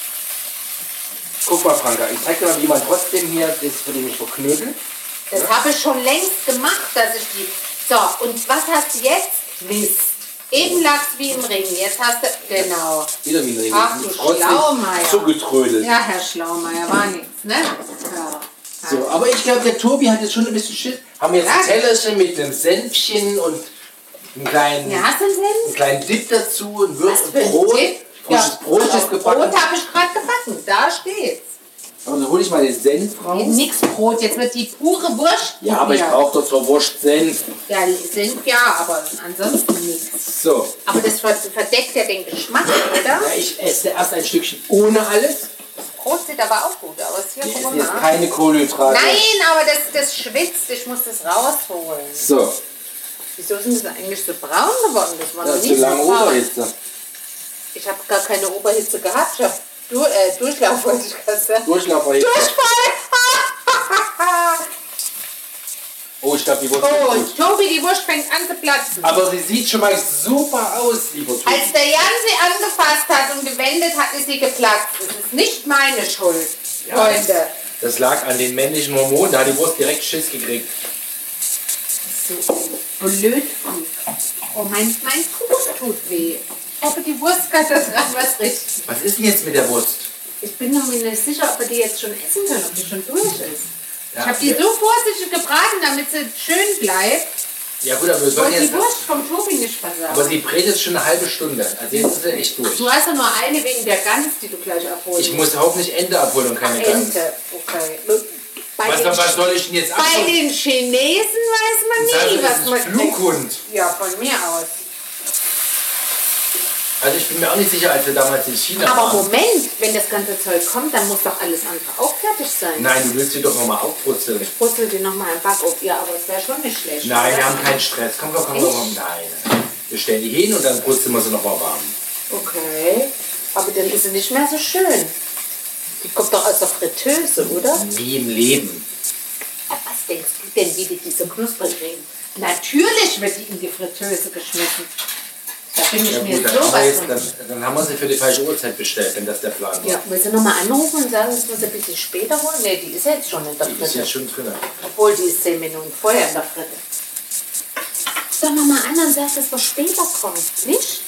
Speaker 3: Guck mal, Franka, ich zeig dir mal, wie man trotzdem hier das für den nicht verknödelt.
Speaker 2: Das habe ich schon längst gemacht, dass ich die. So, und was hast du jetzt? Mist. Eben lag's wie im Ring. Jetzt hast du. Genau.
Speaker 3: Wieder wie ein Ring.
Speaker 2: Ach, du
Speaker 3: Trotzdem
Speaker 2: Schlaumeier.
Speaker 3: Zugetrödelt.
Speaker 2: Ja, Herr Schlaumeier, war nichts, ne? Ja.
Speaker 3: So, aber ich glaube, der Tobi hat jetzt schon ein bisschen Schiss. Haben wir jetzt ein
Speaker 2: Ja.
Speaker 3: Tellerchen mit einem Senfchen und einem kleinen,
Speaker 2: Ja, hast du einen Senf?
Speaker 3: einen kleinen Dip dazu und Würst und
Speaker 2: für ein
Speaker 3: Brot.
Speaker 2: Dip?
Speaker 3: Frisches
Speaker 2: Ja,
Speaker 3: Brot
Speaker 2: das
Speaker 3: ist gebacken.
Speaker 2: Brot habe ich gerade gebacken, da steht's.
Speaker 3: Aber dann hole ich mal den Senf raus.
Speaker 2: Nix Brot, jetzt wird die pure Wurst.
Speaker 3: Ja, aber ich
Speaker 2: probiert.
Speaker 3: brauche doch zur Wurst Senf.
Speaker 2: Ja, sind ja, aber ansonsten nichts.
Speaker 3: So.
Speaker 2: Aber das ver- verdeckt ja den Geschmack, oder?
Speaker 3: Ja, ich esse erst ein Stückchen ohne alles.
Speaker 2: Brot sieht aber auch gut aus. Hier,
Speaker 3: Ich
Speaker 2: guck
Speaker 3: esse
Speaker 2: mal.
Speaker 3: jetzt keine Kohlenhydrate.
Speaker 2: Nein, aber das, das schwitzt. Ich muss das rausholen.
Speaker 3: So,
Speaker 2: Wieso sind das eigentlich so braun geworden? Das war
Speaker 3: das ist
Speaker 2: noch
Speaker 3: zu
Speaker 2: nie so
Speaker 3: lange
Speaker 2: braun.
Speaker 3: Oberhitze.
Speaker 2: Ich habe gar keine Oberhitze gehabt. Ich hab du, äh, Durchlauf <laughs> wollte ich gerade sagen.
Speaker 3: Durchlauferhitze.
Speaker 2: Durchfall!
Speaker 3: Oh, ich glaube, die Wurst ist
Speaker 2: <laughs> oh,
Speaker 3: gut.
Speaker 2: Tobi, die Wurst fängt an zu platzen.
Speaker 3: Aber sie sieht schon mal super aus, lieber Tobi.
Speaker 2: Als der Jan sie angefasst hat und gewendet hat, ist sie geplatzt. Das ist nicht meine Schuld, Freunde.
Speaker 1: Das lag an den männlichen Hormonen, da hat die Wurst direkt Schiss gekriegt.
Speaker 2: Blöd. Oh, mein, mein Fuß tut weh. Ich hoffe, die Wurst kann das dran was richten.
Speaker 1: Was ist denn jetzt mit der Wurst?
Speaker 2: Ich bin noch mir nicht sicher, ob wir die jetzt schon essen können, ob die schon durch ist.
Speaker 1: Ja.
Speaker 2: ich habe die so vorsichtig gebraten, damit sie schön bleibt
Speaker 1: Ja gut, aber wir
Speaker 2: und
Speaker 1: sollen
Speaker 2: die
Speaker 1: jetzt...
Speaker 2: Wurst vom Tobi nicht versagen.
Speaker 1: Aber sie brät jetzt schon eine halbe Stunde. Also jetzt ist sie echt durch.
Speaker 2: du hast ja nur eine wegen der Gans, die du gleich abholen
Speaker 1: Ich muss hoffentlich Ente abholen und keine Gans.
Speaker 2: Ente, okay. Bei
Speaker 1: Was,
Speaker 2: den,
Speaker 1: was soll ich denn jetzt
Speaker 2: bei
Speaker 1: abholen?
Speaker 2: den Chinesen weiß man nie,
Speaker 1: Das
Speaker 2: was
Speaker 1: ist
Speaker 2: man
Speaker 1: ein Flughund.
Speaker 2: kriegt. Ja, von mir aus.
Speaker 1: Also ich bin mir auch nicht sicher, als wir damals in China
Speaker 2: Aber
Speaker 1: waren.
Speaker 2: Moment, wenn das ganze Zeug kommt, dann muss doch alles andere auch fertig sein.
Speaker 1: Nein, du willst sie doch nochmal aufbrutzeln.
Speaker 2: Brüssel die nochmal im Backofen. Ja, aber es wäre schon nicht schlecht.
Speaker 1: Nein, wir
Speaker 2: oder?
Speaker 1: haben keinen Stress. Komm, komm, komm, komm, komm. Nein. Wir stellen die hin und dann brutzeln wir sie nochmal warm.
Speaker 2: Okay. Aber dann ist sie nicht mehr so schön. Die kommt doch aus der Fritteuse, oder?
Speaker 1: Nie im Leben.
Speaker 2: Ja, was denkst du denn, wie die diese knusprig kriegen? Natürlich wird die in die Fritteuse geschmissen. Da bin ich
Speaker 1: Ja
Speaker 2: mir
Speaker 1: gut, dann haben, wir
Speaker 2: sowas
Speaker 1: jetzt,
Speaker 2: von.
Speaker 1: dann, dann haben wir sie für die falsche Uhrzeit bestellt, wenn das der Plan war.
Speaker 2: Ja, willst du nochmal anrufen und sagen, dass wir sie ein bisschen später holen? Nee, die ist ja jetzt schon in der
Speaker 1: Die ist
Speaker 2: Fritteuse.
Speaker 1: jetzt schon drin.
Speaker 2: Obwohl, die ist zehn Minuten vorher in der Fritte. Sag noch mal an und sag, dass wir später kommen. Nicht?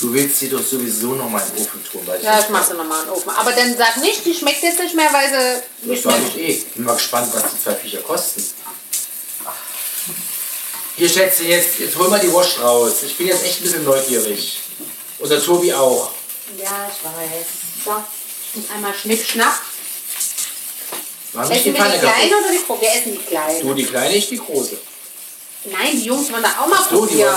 Speaker 1: Du willst sie doch sowieso nochmal in den Ofen tun, weil ich
Speaker 2: Ja, ich mach sie nochmal in den Ofen. Aber dann sag nicht, die schmeckt jetzt nicht mehr, weil sie
Speaker 1: Das
Speaker 2: nicht
Speaker 1: war
Speaker 2: mehr...
Speaker 1: ich eh. Bin mal gespannt, was die zwei Viecher kosten. Hier, Schätze, jetzt, jetzt hol mal die Wurst raus. Ich bin jetzt echt ein bisschen neugierig. Und der Tobi auch.
Speaker 2: Ja, ich weiß. So, und einmal Schnipp, Schnapp.
Speaker 1: Mach nicht die
Speaker 2: Essen wir
Speaker 1: Pfanne
Speaker 2: die
Speaker 1: kaputt.
Speaker 2: Kleine oder die Große? Wir essen die Kleine.
Speaker 1: Du die Kleine, ich die Große.
Speaker 2: Nein, die Jungs wollen da auch mal
Speaker 1: Ach so, die
Speaker 2: probieren.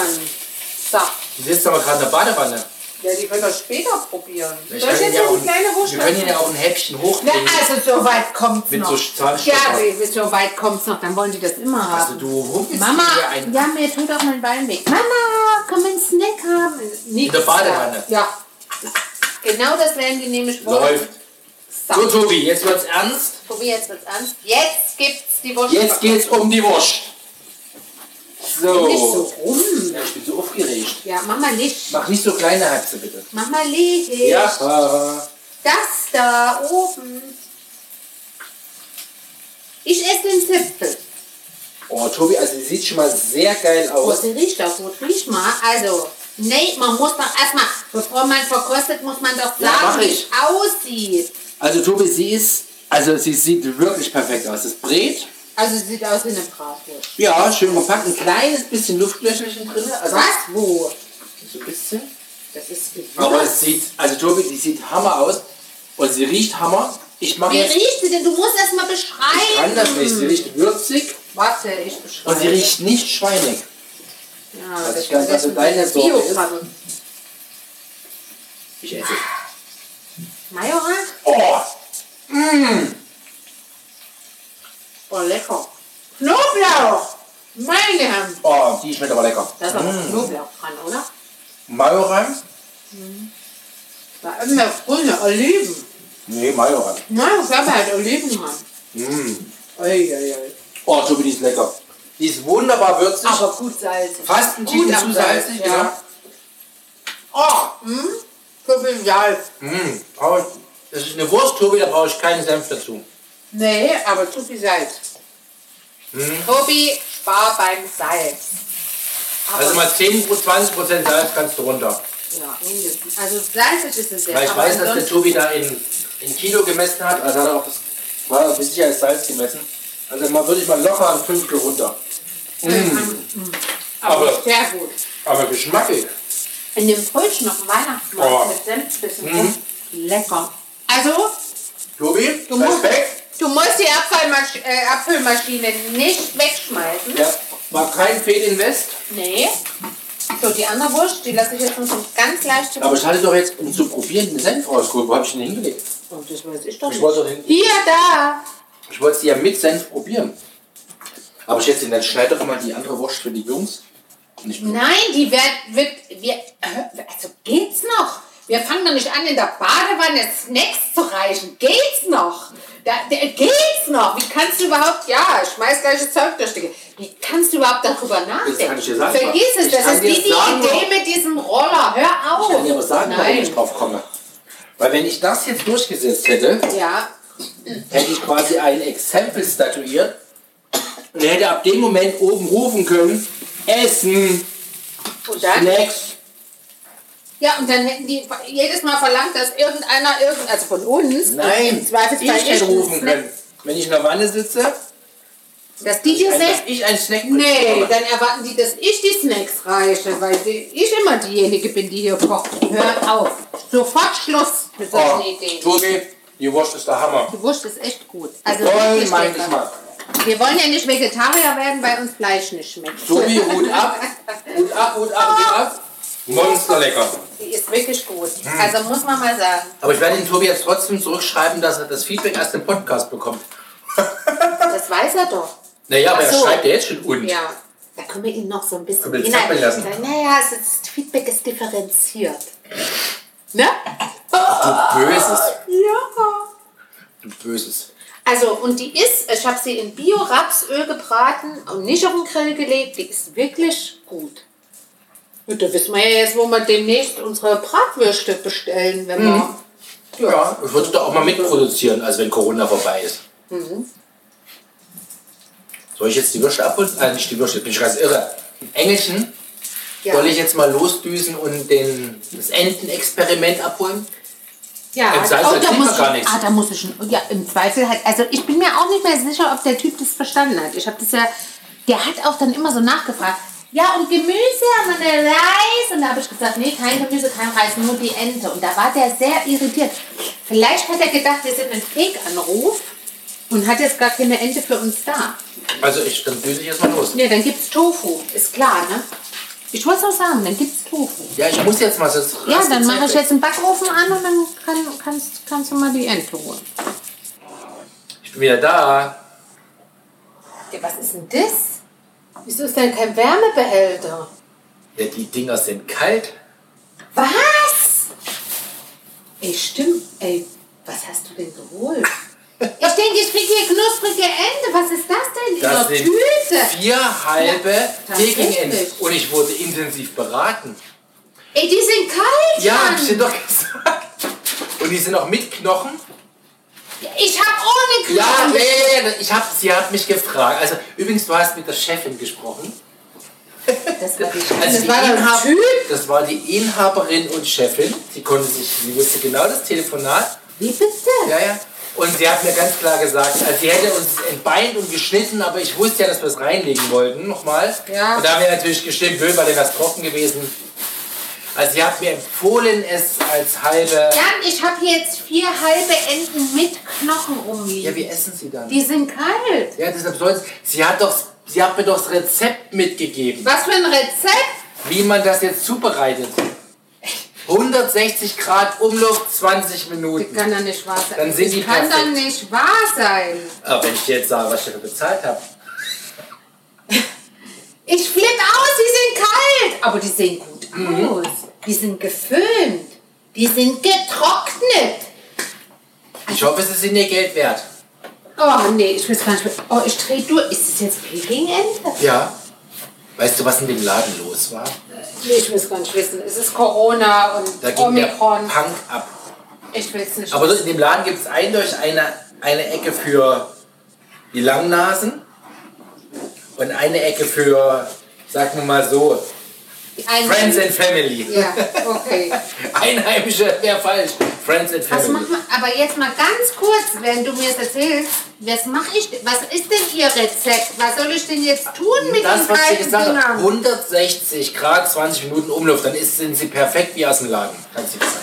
Speaker 2: So.
Speaker 1: Die sitzt aber gerade in der Badewanne.
Speaker 2: Ja, die können wir später probieren. Soll
Speaker 1: Ich
Speaker 2: ich
Speaker 1: kann
Speaker 2: jetzt
Speaker 1: ihnen ja
Speaker 2: hier
Speaker 1: auch
Speaker 2: die Kleine
Speaker 1: ein,
Speaker 2: Wurst
Speaker 1: wir können ihnen ja auch ein Häppchen
Speaker 2: Na,
Speaker 1: hochbringen.
Speaker 2: also so weit kommt's
Speaker 1: Mit
Speaker 2: noch.
Speaker 1: so Zahnstocher.
Speaker 2: ja, wie- so weit kommt's noch. Dann wollen die das immer haben.
Speaker 1: Also du humpelst
Speaker 2: Mama,
Speaker 1: hier ein.
Speaker 2: ja, mir tut auch mein Bein weh. Mama, komm einen Snack haben. Nichts
Speaker 1: In der Badewanne.
Speaker 2: da. Ja. Genau das werden die nämlich wollen.
Speaker 1: Läuft. So, Tobi, jetzt wird's ernst.
Speaker 2: Tobi, jetzt wird's ernst. Jetzt gibt's die Wurst.
Speaker 1: Jetzt geht's um die Wurst.
Speaker 2: Nicht so
Speaker 1: So.
Speaker 2: rum.
Speaker 3: Ja, ich bin so aufgeregt.
Speaker 2: Ja, mach mal Licht.
Speaker 1: Mach nicht so kleine Haxe, bitte.
Speaker 2: Mach mal Licht.
Speaker 1: Ja.
Speaker 2: Das da oben. Ich esse den Zipfel.
Speaker 1: Oh, Tobi, also die sieht schon mal sehr geil
Speaker 2: Oh,
Speaker 1: aus.
Speaker 2: sie riecht auch gut. Riech mal. Also, nee, man muss doch erstmal, bevor man verkostet, muss man doch
Speaker 1: Ja, mach
Speaker 2: sagen, wie es
Speaker 1: ich.
Speaker 2: aussieht.
Speaker 3: Also Tobi, sie ist, also sie sieht wirklich perfekt aus. Das Brät,
Speaker 2: Also, sie sieht aus wie eine Bratwurst.
Speaker 3: ja, schön gepackt, ein kleines bisschen Luftlöcherchen drin. Also
Speaker 2: Was? Wo?
Speaker 3: so ein bisschen.
Speaker 2: Das ist
Speaker 3: Aber
Speaker 2: gewürzt.
Speaker 3: es sieht, also Tobi, die sieht Hammer aus. Und sie riecht Hammer. Ich mache
Speaker 2: Wie
Speaker 3: jetzt
Speaker 2: riecht sie denn? Du musst erstmal beschreiben.
Speaker 3: anders nicht. Sie riecht würzig
Speaker 2: Warte, ich beschreibe.
Speaker 3: und sie riecht nicht schweinig.
Speaker 2: Ja,
Speaker 3: Was
Speaker 2: das
Speaker 3: ich ganz-
Speaker 2: ist
Speaker 3: also deine Sorte
Speaker 2: bio
Speaker 3: ist-
Speaker 2: -Krabbe.
Speaker 3: Ich esse.
Speaker 2: Majoran?
Speaker 3: Oh,
Speaker 2: Oh, lecker. Knoblauch! Meine Herren!
Speaker 3: oh, die schmeckt aber lecker.
Speaker 2: Da ist aber Knoblauch dran, oder?
Speaker 3: Majoran?
Speaker 2: Da immer grüne Oliven.
Speaker 3: Nee, Majoran.
Speaker 2: Nein, ich glaube halt Oliven haben. Mm.
Speaker 3: Oh, Tobi, die ist lecker. Die ist wunderbar würzig.
Speaker 2: Aber gut salzig.
Speaker 3: Fast ein
Speaker 2: Gut
Speaker 3: Ticken
Speaker 2: am
Speaker 3: zu
Speaker 2: Salz, genau.
Speaker 3: salzig,
Speaker 2: ja.
Speaker 3: ja.
Speaker 1: Oh,
Speaker 2: So viel Salz.
Speaker 1: mh, Hm, brauch ich, das ist eine Wurst, Tobi, da brauche ich keinen Senf dazu.
Speaker 2: Nee, aber zu viel Salz.
Speaker 1: Hm?
Speaker 2: Tobi, spar beim Salz. Aber
Speaker 1: Also mal 10, 20% Salz kannst du runter.
Speaker 2: ja, mindestens. Also salzig ist es sehr.
Speaker 1: Weil ich
Speaker 2: aber
Speaker 1: weiß, dass der
Speaker 2: ansonsten-
Speaker 1: Tobi da in, in Kilo gemessen hat.
Speaker 3: Also hat er auch das, war das mit Sicherheit Salz gemessen. Also mal würde ich mal locker ein Fünftel runter.
Speaker 1: Hm. Aber,
Speaker 2: Sehr gut.
Speaker 1: aber geschmackig.
Speaker 2: In dem Brötchen noch ein Weihnachtsmarkt
Speaker 1: Oh.
Speaker 2: mit Senfbissen. Lecker. Also,
Speaker 1: Tobi,
Speaker 2: du musst,
Speaker 1: Hm. Respekt.
Speaker 2: du musst die Abfallmasch äh, Abfüllmaschine nicht wegschmeißen.
Speaker 1: Ja, war kein Fehlinvest.
Speaker 2: Nee. So, die andere Wurst, die lasse ich jetzt noch so ganz leicht.
Speaker 3: Aber ich hatte doch jetzt, um zu probieren, den Senf rausgeholt. Wo habe ich den hingelegt?
Speaker 2: Und Oh, das weiß ich doch
Speaker 1: Ich
Speaker 2: nicht.
Speaker 1: wollte doch den
Speaker 2: Hier, da.
Speaker 3: Ich wollte sie ja mit Senf probieren. Aber ich schätze, dann schneid doch mal die andere Wurst für die Jungs. Nicht nur.
Speaker 2: Nein, die wird, wird wir, äh, also geht's noch? Wir fangen doch nicht an, in der Badewanne Snacks zu reichen. Geht's noch? Da, da, geht's noch? Wie kannst du überhaupt, ja, ich schmeiß gleich das Zeug durch die Ge- Wie kannst du überhaupt darüber nachdenken?
Speaker 3: kann ich dir sagen,
Speaker 2: Vergiss es,
Speaker 3: ich
Speaker 2: das
Speaker 3: kann
Speaker 2: ist
Speaker 3: dir
Speaker 2: wie die
Speaker 3: sagen,
Speaker 2: Idee
Speaker 3: warum-
Speaker 2: mit diesem Roller. Hör auf.
Speaker 3: Ich kann dir aber sagen, warum ich
Speaker 2: Oh, Nein.
Speaker 3: drauf komme. Weil wenn ich das jetzt durchgesetzt hätte,
Speaker 2: Ja,
Speaker 3: hätte ich quasi ein Exempel statuiert und hätte ab dem Moment oben rufen können, Essen,
Speaker 2: und dann?
Speaker 3: Snacks.
Speaker 2: Ja, und dann hätten die jedes Mal verlangt, dass irgendeiner, irgend, also von uns, im
Speaker 3: Nein, ich
Speaker 2: Zweifelsfall
Speaker 3: hätte
Speaker 2: einen
Speaker 3: rufen
Speaker 2: Snack-
Speaker 3: können. Wenn ich in der Wanne sitze,
Speaker 2: Dass die dir
Speaker 3: dass
Speaker 2: selbst.
Speaker 3: ich einen Snack
Speaker 2: Nee,
Speaker 3: bekomme.
Speaker 2: dann erwarten die, dass ich die Snacks reiche, weil die, ich immer diejenige bin, die hier kocht. Hört auf. Sofort Schluss mit solchen
Speaker 1: Oh,
Speaker 2: Ideen.
Speaker 1: Tobi, die Wurst ist der Hammer.
Speaker 2: Die Wurst ist echt gut. Also
Speaker 3: Voll
Speaker 2: wirklich
Speaker 3: mein
Speaker 2: lecker.
Speaker 3: Geschmack.
Speaker 2: Wir wollen ja nicht Vegetarier werden, weil uns Fleisch nicht schmeckt.
Speaker 3: Tobi, Hut ab, Hut ab, Hut ab, Hut ab.
Speaker 1: Monster lecker.
Speaker 2: Die ist wirklich gut.
Speaker 1: Hm.
Speaker 2: Also muss man mal sagen.
Speaker 1: Aber ich werde den Tobi jetzt trotzdem zurückschreiben, dass er das Feedback erst im Podcast bekommt.
Speaker 2: Das weiß er doch.
Speaker 1: Naja, aber
Speaker 2: Ach so.
Speaker 1: er schreibt ja jetzt schon und.
Speaker 2: Ja. Da können wir ihn noch so ein bisschen
Speaker 1: Hm. Können wir den zappeln lassen?
Speaker 2: Naja, es ist, das Feedback ist differenziert. Ne?
Speaker 1: Böses.
Speaker 2: Ja.
Speaker 1: Du Böses.
Speaker 2: Also, und die ist, ich habe sie in Bio-Rapsöl gebraten und nicht auf den Grill gelegt. Die ist wirklich gut. Und da wissen wir ja jetzt, wo wir demnächst unsere Bratwürste bestellen, wenn
Speaker 1: Mhm.
Speaker 2: wir.
Speaker 1: Ja, ich würde da auch mal mitproduzieren, also wenn Corona vorbei ist.
Speaker 2: Mhm.
Speaker 1: Soll ich jetzt die Würste abholen? Nein, nicht die Würste, jetzt bin ich ganz irre. Den Englischen
Speaker 2: Ja.
Speaker 1: soll ich jetzt mal losdüsen und den, das Entenexperiment abholen?
Speaker 2: Ja,
Speaker 1: Im Salz erzählt
Speaker 2: muss
Speaker 1: man gar
Speaker 2: ich,
Speaker 1: nichts.
Speaker 2: Ah, da muss ich. Ja, im Zweifel halt. Also ich bin mir auch nicht mehr sicher, ob der Typ das verstanden hat. Ich habe das ja. Der hat auch dann immer so nachgefragt. Ja, und Gemüse und dann der Reis. Und da habe ich gesagt, nee, kein Gemüse, kein Reis, nur die Ente. Und da war der sehr irritiert. Vielleicht hat er gedacht, wir sind ein Fake-Anruf und hat jetzt gar keine Ente für uns da.
Speaker 1: Also ich, dann düse ich jetzt mal los.
Speaker 2: Nee, dann gibt's Tofu. Ist klar, ne? Ich wollte es auch sagen, dann gibt's Tofu.
Speaker 1: Ja, ich muss jetzt mal. sonst
Speaker 2: Ja,
Speaker 1: rast die
Speaker 2: dann
Speaker 1: Zeit
Speaker 2: mache ich
Speaker 1: weg.
Speaker 2: jetzt den Backofen an und dann kann, kannst, kannst du mal die Ente holen.
Speaker 1: Ich bin wieder da.
Speaker 2: Ja, was ist denn das? Wieso ist denn kein Wärmebehälter?
Speaker 1: Ja, die Dinger sind kalt.
Speaker 2: Was? Ey, stimmt. Ey, Was hast du denn geholt? Ich denke, ich kriege hier knusprige Ende. Was ist das denn?
Speaker 1: Das
Speaker 2: in der
Speaker 1: sind
Speaker 2: Tüte.
Speaker 1: vier halbe
Speaker 2: das ist
Speaker 1: Peking Ends.
Speaker 2: richtig.
Speaker 1: Und ich wurde intensiv beraten.
Speaker 2: Ey, die sind kalt,
Speaker 1: Ja, hab ich dir
Speaker 2: Mann.
Speaker 1: doch <laughs> gesagt. Und die sind auch mit Knochen.
Speaker 2: Ich hab ohne Knochen.
Speaker 1: Ja, nee, nee, nee, ich hab, sie hat mich gefragt. Also übrigens, du hast mit der Chefin gesprochen.
Speaker 2: Das war die
Speaker 1: Also
Speaker 2: Das war der Typ.
Speaker 1: das war die Inhaberin und Chefin. Sie konnte sich, sie wusste genau das Telefonat.
Speaker 2: Wie bitte?
Speaker 1: Ja, ja. Und sie hat mir ganz klar gesagt, also sie hätte uns entbeint und geschnitten, aber ich wusste ja, dass wir es reinlegen wollten nochmal.
Speaker 2: Ja.
Speaker 1: Und da haben wir natürlich gestimmt, Müll war dem was trocken gewesen. Also sie hat mir empfohlen, es als halbe.
Speaker 2: Jan, ich hab hier jetzt vier halbe Enden mit Knochen rumliegen.
Speaker 1: Ja, wie essen sie dann?
Speaker 2: die sind kalt.
Speaker 1: Ja, deshalb soll's. Sie hat doch, sie hat mir doch das Rezept mitgegeben,
Speaker 2: Was für ein Rezept?
Speaker 1: wie man das jetzt zubereitet. 160 Grad Umluft, 20
Speaker 2: Das
Speaker 1: Minuten.
Speaker 2: kann doch nicht wahr sein.
Speaker 1: Dann sind
Speaker 2: das
Speaker 1: die
Speaker 2: kann doch
Speaker 1: perfekt.
Speaker 2: nicht wahr sein.
Speaker 1: Aber wenn ich dir jetzt sage, was ich dafür bezahlt habe.
Speaker 2: Ich flipp aus, die sind kalt. Aber die sehen gut
Speaker 1: Mhm.
Speaker 2: aus. Die sind geföhnt. Die sind getrocknet.
Speaker 1: Ich hoffe, es ist Ihnen Ihr Geld wert.
Speaker 2: Oh nee, ich will es gar nicht mehr. Oh, ich dreh durch. Ist das jetzt Peking-Ente?
Speaker 1: Ja. Weißt du, was in dem Laden los war?
Speaker 2: Nee, ich will es gar nicht wissen. Es ist Corona und
Speaker 1: Da ging
Speaker 2: Omikron.
Speaker 1: der Punk ab.
Speaker 2: Ich will es nicht
Speaker 1: Aber so in dem Laden gibt es eindeutig eine, eine Ecke für die Langnasen und eine Ecke für, sagen wir mal so,
Speaker 2: Ein-
Speaker 1: Friends and Family.
Speaker 2: Ja, okay.
Speaker 1: <laughs> Einheimische wäre falsch. Friends and
Speaker 2: Was
Speaker 1: Family.
Speaker 2: mach mal, aber jetzt mal ganz kurz, während du mir das erzählst, was mache ich, denn- was ist denn ihr Rezept? Was soll ich denn jetzt tun mit
Speaker 1: Das,
Speaker 2: den
Speaker 1: was ich
Speaker 2: kalten
Speaker 1: gesagt habe,
Speaker 2: Dingern?
Speaker 1: 160 Grad, 20 Minuten Umluft, dann ist, sind sie perfekt wie aus dem Laden. Kannst du dir sagen.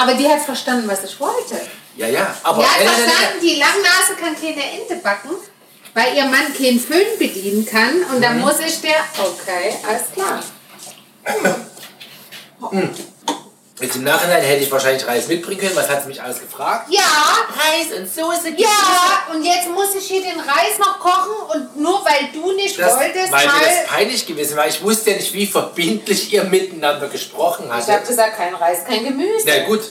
Speaker 2: Aber die hat verstanden, was ich wollte.
Speaker 1: Ja, Oh, ja, aber...
Speaker 2: Die hat
Speaker 1: Nein, nein, nein,
Speaker 2: verstanden, die Langnase kann keine Ente backen, weil ihr Mann keinen Föhn bedienen kann und dann muss ich der, okay, alles klar.
Speaker 1: nein. Jetzt im Nachhinein hätte ich wahrscheinlich Reis mitbringen können, was hat sie mich alles gefragt?
Speaker 2: Ja,
Speaker 1: Reis und Soße.
Speaker 2: ja, und jetzt muss ich hier den Reis noch kochen und nur weil du nicht
Speaker 1: Das, weil mir
Speaker 2: wolltest,
Speaker 1: das
Speaker 2: mal...
Speaker 1: peinlich gewesen war. Ich wusste ja nicht, wie verbindlich ihr miteinander gesprochen
Speaker 2: Ich habe
Speaker 1: hattet.
Speaker 2: gesagt, kein Reis, kein Gemüse.
Speaker 1: Na gut,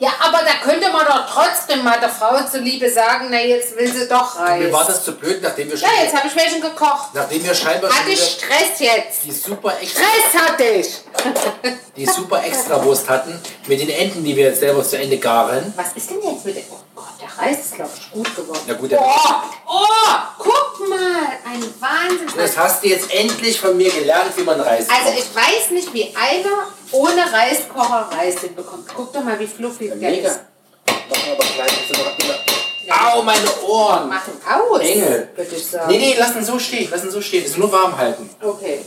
Speaker 2: Ja, aber da könnte man doch trotzdem mal der Frau zuliebe sagen, na jetzt will sie doch
Speaker 1: mir
Speaker 2: Reis.
Speaker 1: war das zu blöd, nachdem wir, schon,
Speaker 2: Ja, jetzt habe ich welchen gekocht.
Speaker 1: nachdem wir scheinbar schon
Speaker 2: Hatte ich
Speaker 1: wieder
Speaker 2: Stress jetzt.
Speaker 1: die super extra
Speaker 2: Stress hatte ich.
Speaker 1: die super Extrawurst hatten, mit den Enden, die wir jetzt selber zu Ende garen.
Speaker 2: Was ist denn jetzt mit dem... Oh Gott, der Reis ist, glaube ich, gut geworden.
Speaker 1: Na gut, der-
Speaker 2: Oh, oh, guck mal. Ein Wahnsinn.
Speaker 1: Das hast du jetzt endlich von mir gelernt, wie man Reis kocht.
Speaker 2: Also ich weiß nicht, wie einer ohne Reiskocher Reis hinbekommt. Guck doch mal, wie fluffig der
Speaker 3: Mega.
Speaker 2: ist.
Speaker 3: Machen wir aber gleich. Das ist noch immer-
Speaker 1: Au, meine Ohren!
Speaker 2: Mach ihn aus,
Speaker 1: Engel.
Speaker 2: würde ich sagen.
Speaker 1: Nee, nee, lass ihn so stehen, lass ihn so stehen. Ist nur warm halten.
Speaker 2: Okay.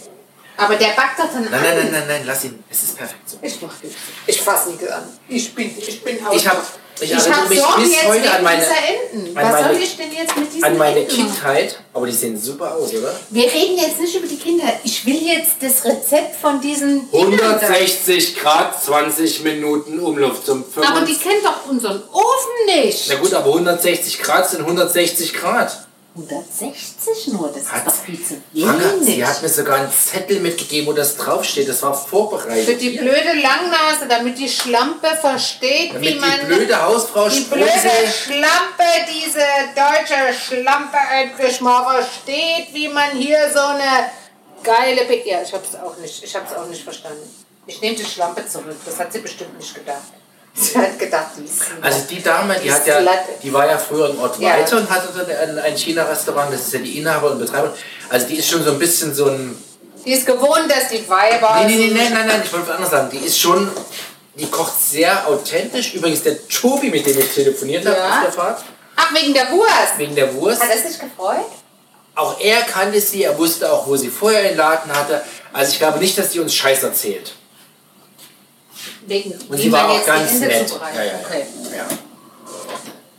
Speaker 2: Aber der backt doch dann
Speaker 1: Nein,
Speaker 2: an.
Speaker 1: nein, nein, nein, nein, lass ihn. Es ist perfekt so.
Speaker 2: Ich mach nichts. Ich fass nichts an. Ich bin, ich bin
Speaker 1: Ich habe ich
Speaker 2: Ich
Speaker 1: erinnere
Speaker 2: hab
Speaker 1: mich
Speaker 2: Sorgen
Speaker 1: bis
Speaker 2: jetzt wegen
Speaker 1: heute an meine,
Speaker 2: dieser Enden.
Speaker 1: an
Speaker 2: Was
Speaker 1: meine-
Speaker 2: soll ich denn jetzt mit diesen
Speaker 1: an meine
Speaker 2: Enten machen?
Speaker 1: Kindheit. Aber die sehen super aus, oder?
Speaker 2: Wir reden jetzt nicht über die Kinder. Ich will jetzt das Rezept von diesen Dingern da.
Speaker 1: 160 Grad, 20 Minuten Umluft zum
Speaker 2: Aber die
Speaker 1: 25.
Speaker 2: kennen doch unseren Ofen
Speaker 1: Na
Speaker 2: nicht.
Speaker 1: gut, aber 160 Grad sind 160 Grad.
Speaker 2: 160 nur, das ist
Speaker 1: Hat-
Speaker 2: doch viel zu
Speaker 1: Anna, sie
Speaker 2: wenig.
Speaker 1: hat mir sogar einen Zettel mitgegeben, wo das draufsteht. Das war vorbereitet.
Speaker 2: Für die blöde Langnase, damit die Schlampe versteht,
Speaker 1: Damit
Speaker 2: wie man...
Speaker 1: die blöde Hausfrau
Speaker 2: Die blöde
Speaker 1: Sprösel
Speaker 2: Schlampe, diese deutsche Schlampe endlich mal versteht, wie man hier so eine geile Pick. Ja, ich hab's auch nicht, ich hab's auch nicht verstanden. Ich nehme die Schlampe zurück. Das hat sie bestimmt nicht gedacht. <laughs> Sie hat gedacht, die ist
Speaker 1: Also die Dame, die
Speaker 2: Die
Speaker 1: hat ja,
Speaker 2: Slatte.
Speaker 1: die war ja früher im Ort
Speaker 2: Ja.
Speaker 1: weiter und hatte dann ein, ein China-Restaurant, das ist ja die Inhaber und Betreiber. Also die ist schon so ein bisschen so ein.
Speaker 2: die ist gewohnt, dass die Weiber.
Speaker 1: Nee, nee, nee, nee, nein, nein, ich wollte was anderes sagen. Die ist schon. Die kocht sehr authentisch. Übrigens der Tobi, mit dem ich telefoniert habe
Speaker 2: Ja.
Speaker 1: auf der Fahrt,
Speaker 2: Ach, wegen der Wurst.
Speaker 1: wegen der Wurst.
Speaker 2: Hat er sich gefreut?
Speaker 1: Auch er kannte sie, er wusste auch, wo sie vorher den Laden hatte. Also ich glaube nicht, dass die uns Scheiß erzählt.
Speaker 2: Wegen
Speaker 1: Und
Speaker 2: wie
Speaker 1: sie war
Speaker 2: man
Speaker 1: auch
Speaker 2: jetzt
Speaker 1: ganz
Speaker 2: die Ente
Speaker 1: nett.
Speaker 2: zubereitet.
Speaker 1: Ja, ja, ja.
Speaker 2: Okay.
Speaker 1: ja.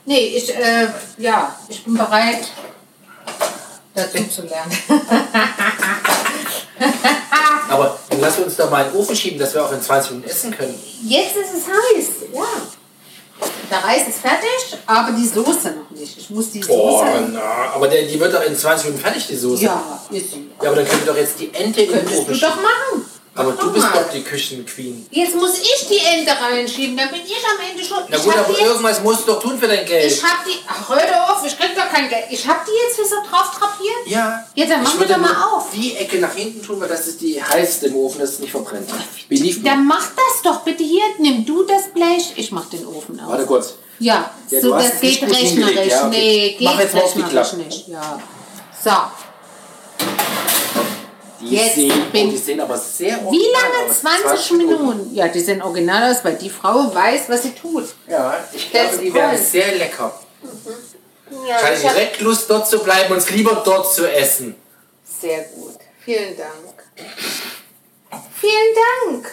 Speaker 2: Nee, ich, äh, ja, ich bin bereit, dazu zu lernen.
Speaker 1: Aber dann lass uns doch mal in den Ofen schieben, dass wir auch in 20 Minuten essen können.
Speaker 2: Jetzt ist es heiß, ja. Der Reis ist fertig, aber die Soße noch nicht. Ich muss die
Speaker 1: Oh,
Speaker 2: Soße.
Speaker 1: na, aber der, die wird doch in 20 Minuten fertig, die Soße.
Speaker 2: ja, ist sie.
Speaker 1: Ja, aber dann können wir doch jetzt die Ente in den
Speaker 2: Könntest du
Speaker 1: Ofen
Speaker 2: doch machen.
Speaker 1: Oh, Aber
Speaker 2: Guck
Speaker 1: du bist
Speaker 2: mal.
Speaker 1: doch die Küchenqueen.
Speaker 2: Jetzt muss ich die Ente reinschieben, dann bin ich am Ende schon.
Speaker 1: Na
Speaker 2: ich
Speaker 1: gut,
Speaker 2: hab
Speaker 1: aber
Speaker 2: die jetzt,
Speaker 1: irgendwas musst du doch tun für dein Geld.
Speaker 2: ich hab die. Ach, hör doch auf, ich krieg doch kein Geld. Ich hab die jetzt hier so drauf drapiert?
Speaker 1: Ja.
Speaker 2: Ja, dann mach
Speaker 3: Ich
Speaker 2: mir
Speaker 3: würde
Speaker 2: doch mal
Speaker 3: nur
Speaker 2: auf.
Speaker 3: Die Ecke nach hinten tun, weil das ist die heißeste im Ofen, dass es nicht verbrennt. Belief me.
Speaker 2: Dann mach das doch bitte hier. Nimm du das Blech, ich mach den Ofen auf.
Speaker 3: Warte kurz.
Speaker 2: Ja,
Speaker 3: Ja, du
Speaker 2: so
Speaker 3: hast
Speaker 2: das
Speaker 3: es
Speaker 2: geht
Speaker 3: nicht gut
Speaker 2: rechnerisch.
Speaker 3: hingelegt, ja, okay.
Speaker 2: Nee, geht
Speaker 3: Mach jetzt mal auf die
Speaker 2: rechnerisch
Speaker 3: Klappe.
Speaker 2: nicht. Ja. So,
Speaker 3: Die
Speaker 2: Jetzt
Speaker 3: sehen,
Speaker 2: bin-
Speaker 3: oh, die sehen aber sehr
Speaker 2: wie
Speaker 3: original
Speaker 2: lange?
Speaker 3: aus.
Speaker 2: 20 Minuten. Ja, die sind original aus, weil die Frau weiß, was sie tut.
Speaker 3: Ja, ich
Speaker 2: Das
Speaker 3: glaube,
Speaker 2: ist
Speaker 3: die werden
Speaker 2: toll. Mhm.
Speaker 3: sehr lecker.
Speaker 2: Ja,
Speaker 1: Ich hatte direkt Lust, dort zu bleiben und es lieber dort zu essen.
Speaker 2: Sehr gut. Vielen Dank. Vielen Dank.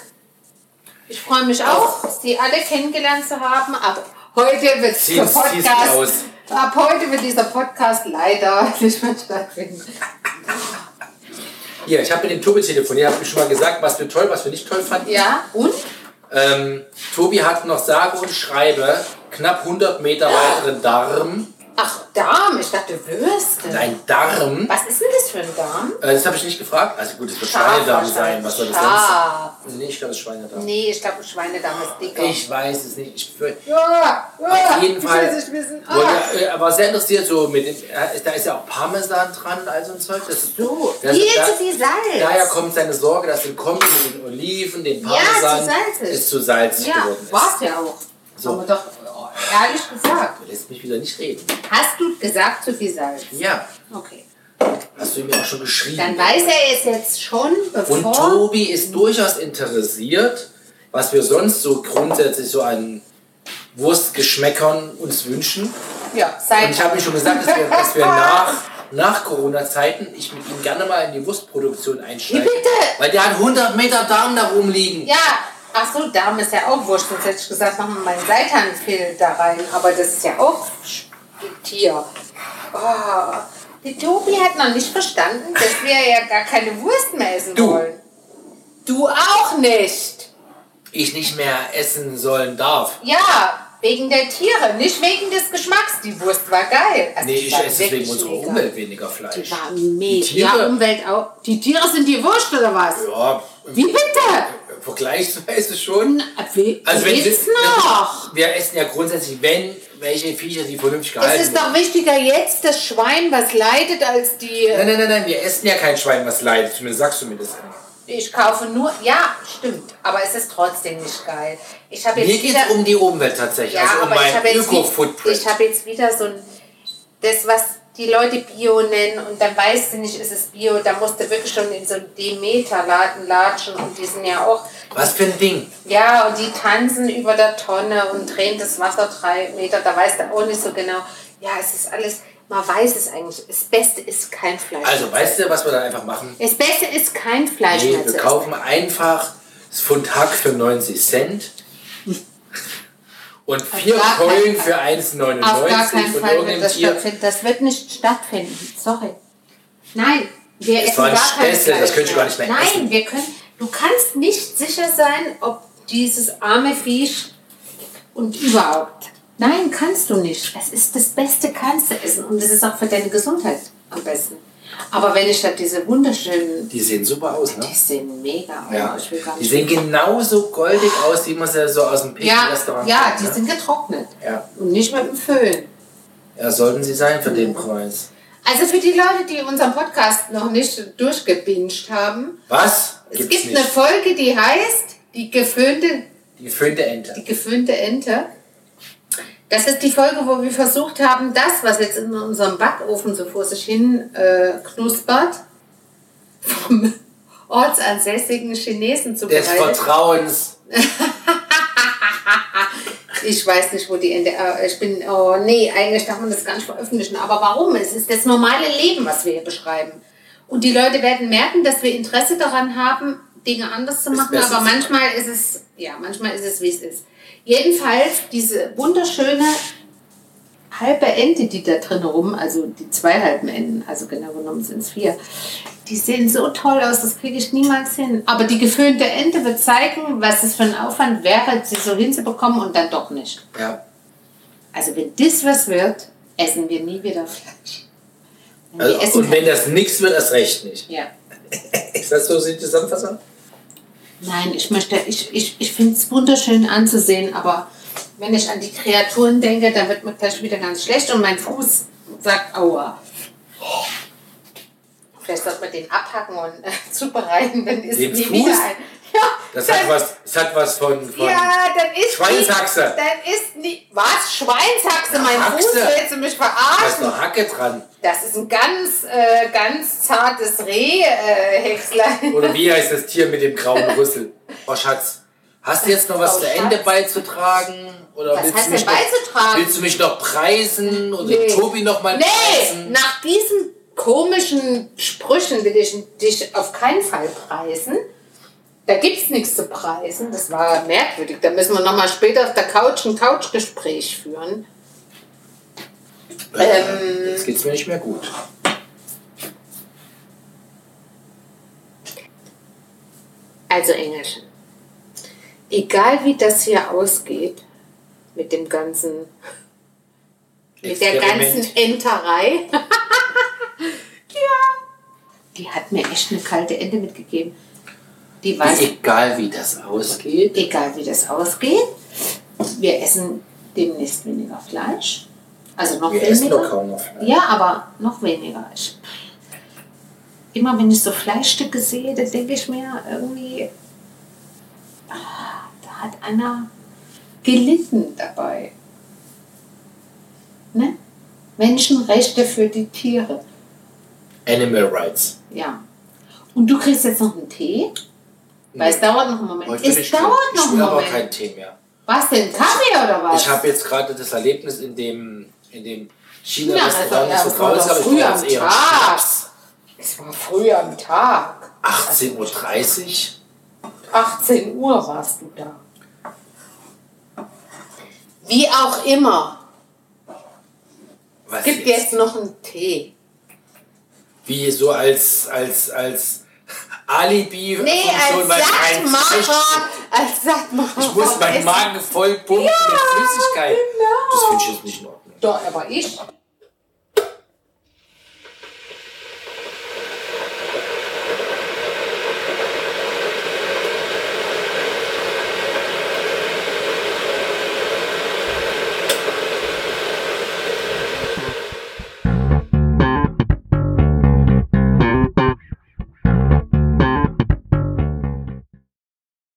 Speaker 2: Ich freue mich auch, Sie alle kennengelernt zu haben. Aber heute wird
Speaker 1: Sie-
Speaker 2: dieser
Speaker 1: sie ist aus.
Speaker 2: Podcast. Ab heute wird dieser Podcast leider <laughs> nicht mehr stattfinden.
Speaker 1: Hier, ich habe mit dem Tobi telefoniert, habe ihm schon mal gesagt, was wir toll, was wir nicht toll fanden.
Speaker 2: Ja, und?
Speaker 1: Ähm, Tobi hat noch sage und schreibe knapp 100 Meter weiteren Darm.
Speaker 2: Ach, Darm. Ich dachte Würste.
Speaker 1: Ein Darm? Äh,
Speaker 2: Was ist denn das für ein Darm?
Speaker 1: das habe ich nicht gefragt. Also gut, es wird
Speaker 2: Schaf
Speaker 1: Schweinedarm
Speaker 2: wahrscheinlich.
Speaker 1: sein. Was soll das
Speaker 2: Schaf.
Speaker 1: sonst? Nee, ich glaube, es ist Schweinedarm.
Speaker 2: Ah. Nee, ich glaube, Schweinedarm ist dicker.
Speaker 1: Ich weiß es nicht. Ich, für,
Speaker 2: Ah, ah,
Speaker 1: auf jeden Fall.
Speaker 2: <laughs> Ich will es nicht wissen. Ah.
Speaker 1: Wollte, äh, er war sehr interessiert, so mit dem, äh, da ist ja auch Parmesan dran, all so ein Zeug. Das ist
Speaker 2: So,
Speaker 1: das,
Speaker 2: viel
Speaker 1: da-
Speaker 2: zu viel Salz.
Speaker 1: Daher kommt seine Sorge, dass den Kombi mit den Oliven, den
Speaker 2: zu
Speaker 1: Parmesan,
Speaker 2: salzig.
Speaker 1: ist zu salzig
Speaker 2: ja,
Speaker 1: geworden. Ist.
Speaker 2: war's ja auch.
Speaker 1: So. Oh,
Speaker 2: Haben wir doch äh, ehrlich gesagt.
Speaker 1: Du lässt mich wieder nicht reden.
Speaker 2: Hast du gesagt zu viel Salz?
Speaker 1: Ja,
Speaker 2: Okay.
Speaker 1: hast du ihm ja auch schon geschrieben.
Speaker 2: Dann weiß er es jetzt schon,
Speaker 1: Und
Speaker 2: bevor.
Speaker 1: Tobi ist durchaus interessiert, was wir sonst so grundsätzlich so an Wurstgeschmäckern uns wünschen.
Speaker 2: Ja,
Speaker 1: Und
Speaker 2: seit
Speaker 1: ich habe ihm schon gesagt, dass wir, dass
Speaker 2: <laughs>
Speaker 1: wir nach, nach Corona-Zeiten, ich mit ihm gerne mal in die Wurstproduktion einsteige.
Speaker 2: Wie bitte?
Speaker 1: Weil der hat 100 Meter Darm da rumliegen.
Speaker 2: Ja, ach so, Darm ist ja auch wurscht. Sonst hätte ich gesagt, machen wir mal einen Seitanfil da rein. Aber das ist ja auch Sch- Tier. Oh. Die Tobi hat noch nicht verstanden, dass wir ja gar keine Wurst mehr essen
Speaker 1: Du.
Speaker 2: wollen. Du auch nicht.
Speaker 1: Ich nicht mehr essen sollen darf.
Speaker 2: Ja, wegen der Tiere, nicht wegen des Geschmacks. Die Wurst war geil. Also
Speaker 1: Nee,
Speaker 2: die
Speaker 1: ich
Speaker 2: war
Speaker 1: esse wegen
Speaker 2: wirklich
Speaker 1: unserer
Speaker 2: mega.
Speaker 1: Umwelt weniger Fleisch.
Speaker 2: Die war mega.
Speaker 1: Die Tiere-
Speaker 2: ja, Umwelt auch. Die Tiere sind dir wurscht oder was?
Speaker 1: Ja,
Speaker 2: Wie bitte?
Speaker 1: vergleichsweise schon.
Speaker 2: Wie
Speaker 1: Also wenn
Speaker 2: geht's
Speaker 1: wir,
Speaker 2: noch?
Speaker 1: wir essen ja grundsätzlich, wenn welche Viecher, die vernünftig
Speaker 2: Es
Speaker 1: gehalten
Speaker 2: ist doch wichtiger jetzt das Schwein, was leidet, als die.
Speaker 1: Nein, nein, nein, nein, wir essen ja kein Schwein, was leidet. Zumindest sagst du mir das immer.
Speaker 2: Ich kaufe nur. Ja, stimmt. Aber es ist trotzdem nicht geil. Ich habe
Speaker 1: Mir
Speaker 2: jetzt
Speaker 1: geht es
Speaker 2: wieder.
Speaker 1: um die Umwelt tatsächlich,
Speaker 2: ja,
Speaker 1: also um
Speaker 2: aber ich
Speaker 1: mein
Speaker 2: habe jetzt, wie-
Speaker 1: Öko-Footprint.
Speaker 2: ich habe jetzt wieder so ein. Das, was die Leute Bio nennen und dann weißt du nicht, ist es Bio. Da musst du wirklich schon in so einen Demeter-Laden latschen und die sind ja auch.
Speaker 1: Was für ein Ding.
Speaker 2: Ja, und die tanzen über der Tonne und drehen das Wasser drei Meter. Da weißt du auch nicht so genau. Ja, es ist alles. Man weiß es eigentlich. Das Beste ist kein Fleisch.
Speaker 1: Also, weißt du, was wir da einfach machen?
Speaker 2: Das Beste ist kein Fleisch
Speaker 1: Nee,
Speaker 2: mehr zu
Speaker 1: wir
Speaker 2: essen.
Speaker 1: kaufen einfach das Pfund Hack für 90 Cent und vier
Speaker 2: gar keinen
Speaker 1: Keulen
Speaker 2: Fall.
Speaker 1: für
Speaker 2: Auf gar
Speaker 1: 1,99
Speaker 2: keinen
Speaker 1: von
Speaker 2: Fall wird
Speaker 1: irgendeinem
Speaker 2: das
Speaker 1: Tier.
Speaker 2: stattfinden. Das wird nicht stattfinden. Sorry. Nein, wir
Speaker 1: Das
Speaker 2: essen
Speaker 1: war ein
Speaker 2: gar kein
Speaker 1: Späßle, das
Speaker 2: Fleisch
Speaker 1: könnt ihr gar nicht mehr
Speaker 2: Nein,
Speaker 1: essen.
Speaker 2: wir können. Du kannst nicht sicher sein, ob dieses arme Viech und überhaupt. Nein, kannst du nicht. Es ist das Beste, kannst du essen. Und es ist auch für deine Gesundheit am besten. Aber wenn ich da diese wunderschönen.
Speaker 1: Die sehen super aus, ne?
Speaker 2: Die sehen mega aus.
Speaker 1: Ja,
Speaker 2: Ich will gar
Speaker 1: die
Speaker 2: nicht
Speaker 1: sehen genauso goldig aus, wie man sie so aus dem
Speaker 2: ja,
Speaker 1: Picken-Restaurant
Speaker 2: ja,
Speaker 1: kennt,
Speaker 2: die
Speaker 1: ne?
Speaker 2: sind getrocknet.
Speaker 1: Ja.
Speaker 2: Und nicht mit dem Föhn.
Speaker 1: ja, sollten sie sein für den Preis.
Speaker 2: Also für die Leute, die unseren Podcast noch nicht durchgebinged haben,
Speaker 1: Was?
Speaker 2: es gibt eine Folge, die heißt die geföhnte,
Speaker 1: Die geföhnte Ente.
Speaker 2: die geföhnte Ente. Das ist die Folge, wo wir versucht haben, das, was jetzt in unserem Backofen so vor sich hin äh, knuspert, vom <laughs> ortsansässigen Chinesen zu
Speaker 1: Des
Speaker 2: bereiten.
Speaker 1: Vertrauens.
Speaker 2: Ich weiß nicht, wo die Ente. Äh, ich bin. Oh nee, eigentlich darf man das gar nicht veröffentlichen. Aber warum? Es ist das normale Leben, was wir hier beschreiben. Und die Leute werden merken, dass wir Interesse daran haben, Dinge anders zu machen.
Speaker 1: besser zu
Speaker 2: Aber
Speaker 1: machen.
Speaker 2: manchmal ist es. Ja, manchmal ist es, wie es ist. Jedenfalls diese wunderschöne halbe Ente, die da drin rum, also die zwei halben Enden, also genau genommen sind es vier, die sehen so toll aus, das kriege ich niemals hin. Aber die geföhnte Ente wird zeigen, was es für ein Aufwand wäre, sie so hinzubekommen und dann doch nicht.
Speaker 1: Ja.
Speaker 2: Also wenn das was wird, essen wir nie wieder Fleisch. Wir
Speaker 1: Also,
Speaker 2: essen
Speaker 1: und wenn das nichts wird, erst recht nicht.
Speaker 2: ja.
Speaker 1: Ist das so die Zusammenfassung?
Speaker 2: Nein, ich möchte, ich, ich, ich finde es wunderschön anzusehen, aber wenn ich an die Kreaturen denke, dann wird mir gleich wieder ganz schlecht und mein Fuß sagt Aua. Vielleicht sollte man den abhacken und äh, <laughs> zubereiten, dann ist
Speaker 1: Den
Speaker 2: nie
Speaker 1: Fuß?
Speaker 2: wieder ein. Ja,
Speaker 1: Das
Speaker 2: dann-
Speaker 1: hat was, das hat was von, von
Speaker 2: Ja, dann ist
Speaker 1: Schweinshaxe.
Speaker 2: Nie, dann ist nie. Was? Schweinshaxe? mein
Speaker 1: Haxe.
Speaker 2: Fuß? Willst du mich
Speaker 1: da ist
Speaker 2: verarschen?
Speaker 1: eine Hacke dran.
Speaker 2: Das ist ein ganz, äh, ganz zartes
Speaker 1: <laughs>
Speaker 2: Reh-Häckslein.
Speaker 1: Oder wie heißt das Tier mit dem
Speaker 2: <laughs>
Speaker 1: grauen Rüssel? Oh Schatz, hast du jetzt noch was
Speaker 2: Oh,
Speaker 1: zu Ende
Speaker 2: Schatz.
Speaker 1: beizutragen? Oder
Speaker 2: Was
Speaker 1: willst,
Speaker 2: heißt
Speaker 1: du mich
Speaker 2: denn
Speaker 1: noch,
Speaker 2: beizutragen?
Speaker 1: willst du mich noch preisen? Oder
Speaker 2: Nee.
Speaker 1: Tobi noch mal
Speaker 2: nee,
Speaker 1: preisen?
Speaker 2: nach diesen komischen Sprüchen will ich dich auf keinen Fall preisen. Da gibt es nichts zu preisen. Das war merkwürdig. Da müssen wir nochmal später auf der Couch ein Couchgespräch führen. Ähm,
Speaker 1: Jetzt geht's mir nicht mehr gut.
Speaker 2: Also Engelchen, egal wie das hier ausgeht mit dem ganzen, mit der
Speaker 1: Experiment.
Speaker 2: ganzen Enterei, <laughs> ja, die hat mir echt eine kalte Ente mitgegeben. Die weiß,
Speaker 1: Egal wie das ausgeht.
Speaker 2: egal wie das ausgeht, wir essen demnächst weniger Fleisch, also noch
Speaker 1: Wir
Speaker 2: weniger.
Speaker 1: essen doch kaum noch Fleisch.
Speaker 2: Ja, aber noch weniger. Ich, immer wenn ich so Fleischstücke sehe, da denke ich mir irgendwie, ah, da hat einer gelitten dabei. Ne? Menschenrechte für die Tiere.
Speaker 1: Animal Rights.
Speaker 2: Ja. Und du kriegst jetzt noch einen Tee? Weil es dauert noch einen Moment.
Speaker 1: Heute bin
Speaker 2: es
Speaker 1: ich
Speaker 2: dauert
Speaker 1: tot.
Speaker 2: noch
Speaker 1: Ich
Speaker 2: einen
Speaker 1: will aber
Speaker 2: Moment.
Speaker 1: kein Tee mehr.
Speaker 2: Was denn? Kaffee oder was?
Speaker 1: Ich habe jetzt gerade das Erlebnis in dem, in dem
Speaker 2: ja, also,
Speaker 1: China-Restaurant,
Speaker 2: ja,
Speaker 1: so
Speaker 2: es war
Speaker 1: draußen,
Speaker 2: doch
Speaker 1: aber ich
Speaker 2: früh
Speaker 1: brauche
Speaker 2: am
Speaker 1: jetzt eher einen
Speaker 2: Tag.
Speaker 1: Schnaps.
Speaker 2: Es war früh am Tag.
Speaker 1: 18.30 Uhr.
Speaker 2: 18 Uhr warst du da. Wie auch immer,
Speaker 1: Was
Speaker 2: gibt jetzt noch einen Tee.
Speaker 1: Wie so als, als, als Alibi.
Speaker 2: Nee, als
Speaker 1: weil kein Fleisch-
Speaker 2: Sattmacher. Als Sattmacher.
Speaker 1: Ich muss meinen
Speaker 2: essen. genau.
Speaker 1: Magen voll pumpen mit Flüssigkeit. Das finde ich jetzt nicht in Ordnung.
Speaker 2: Doch, aber ich.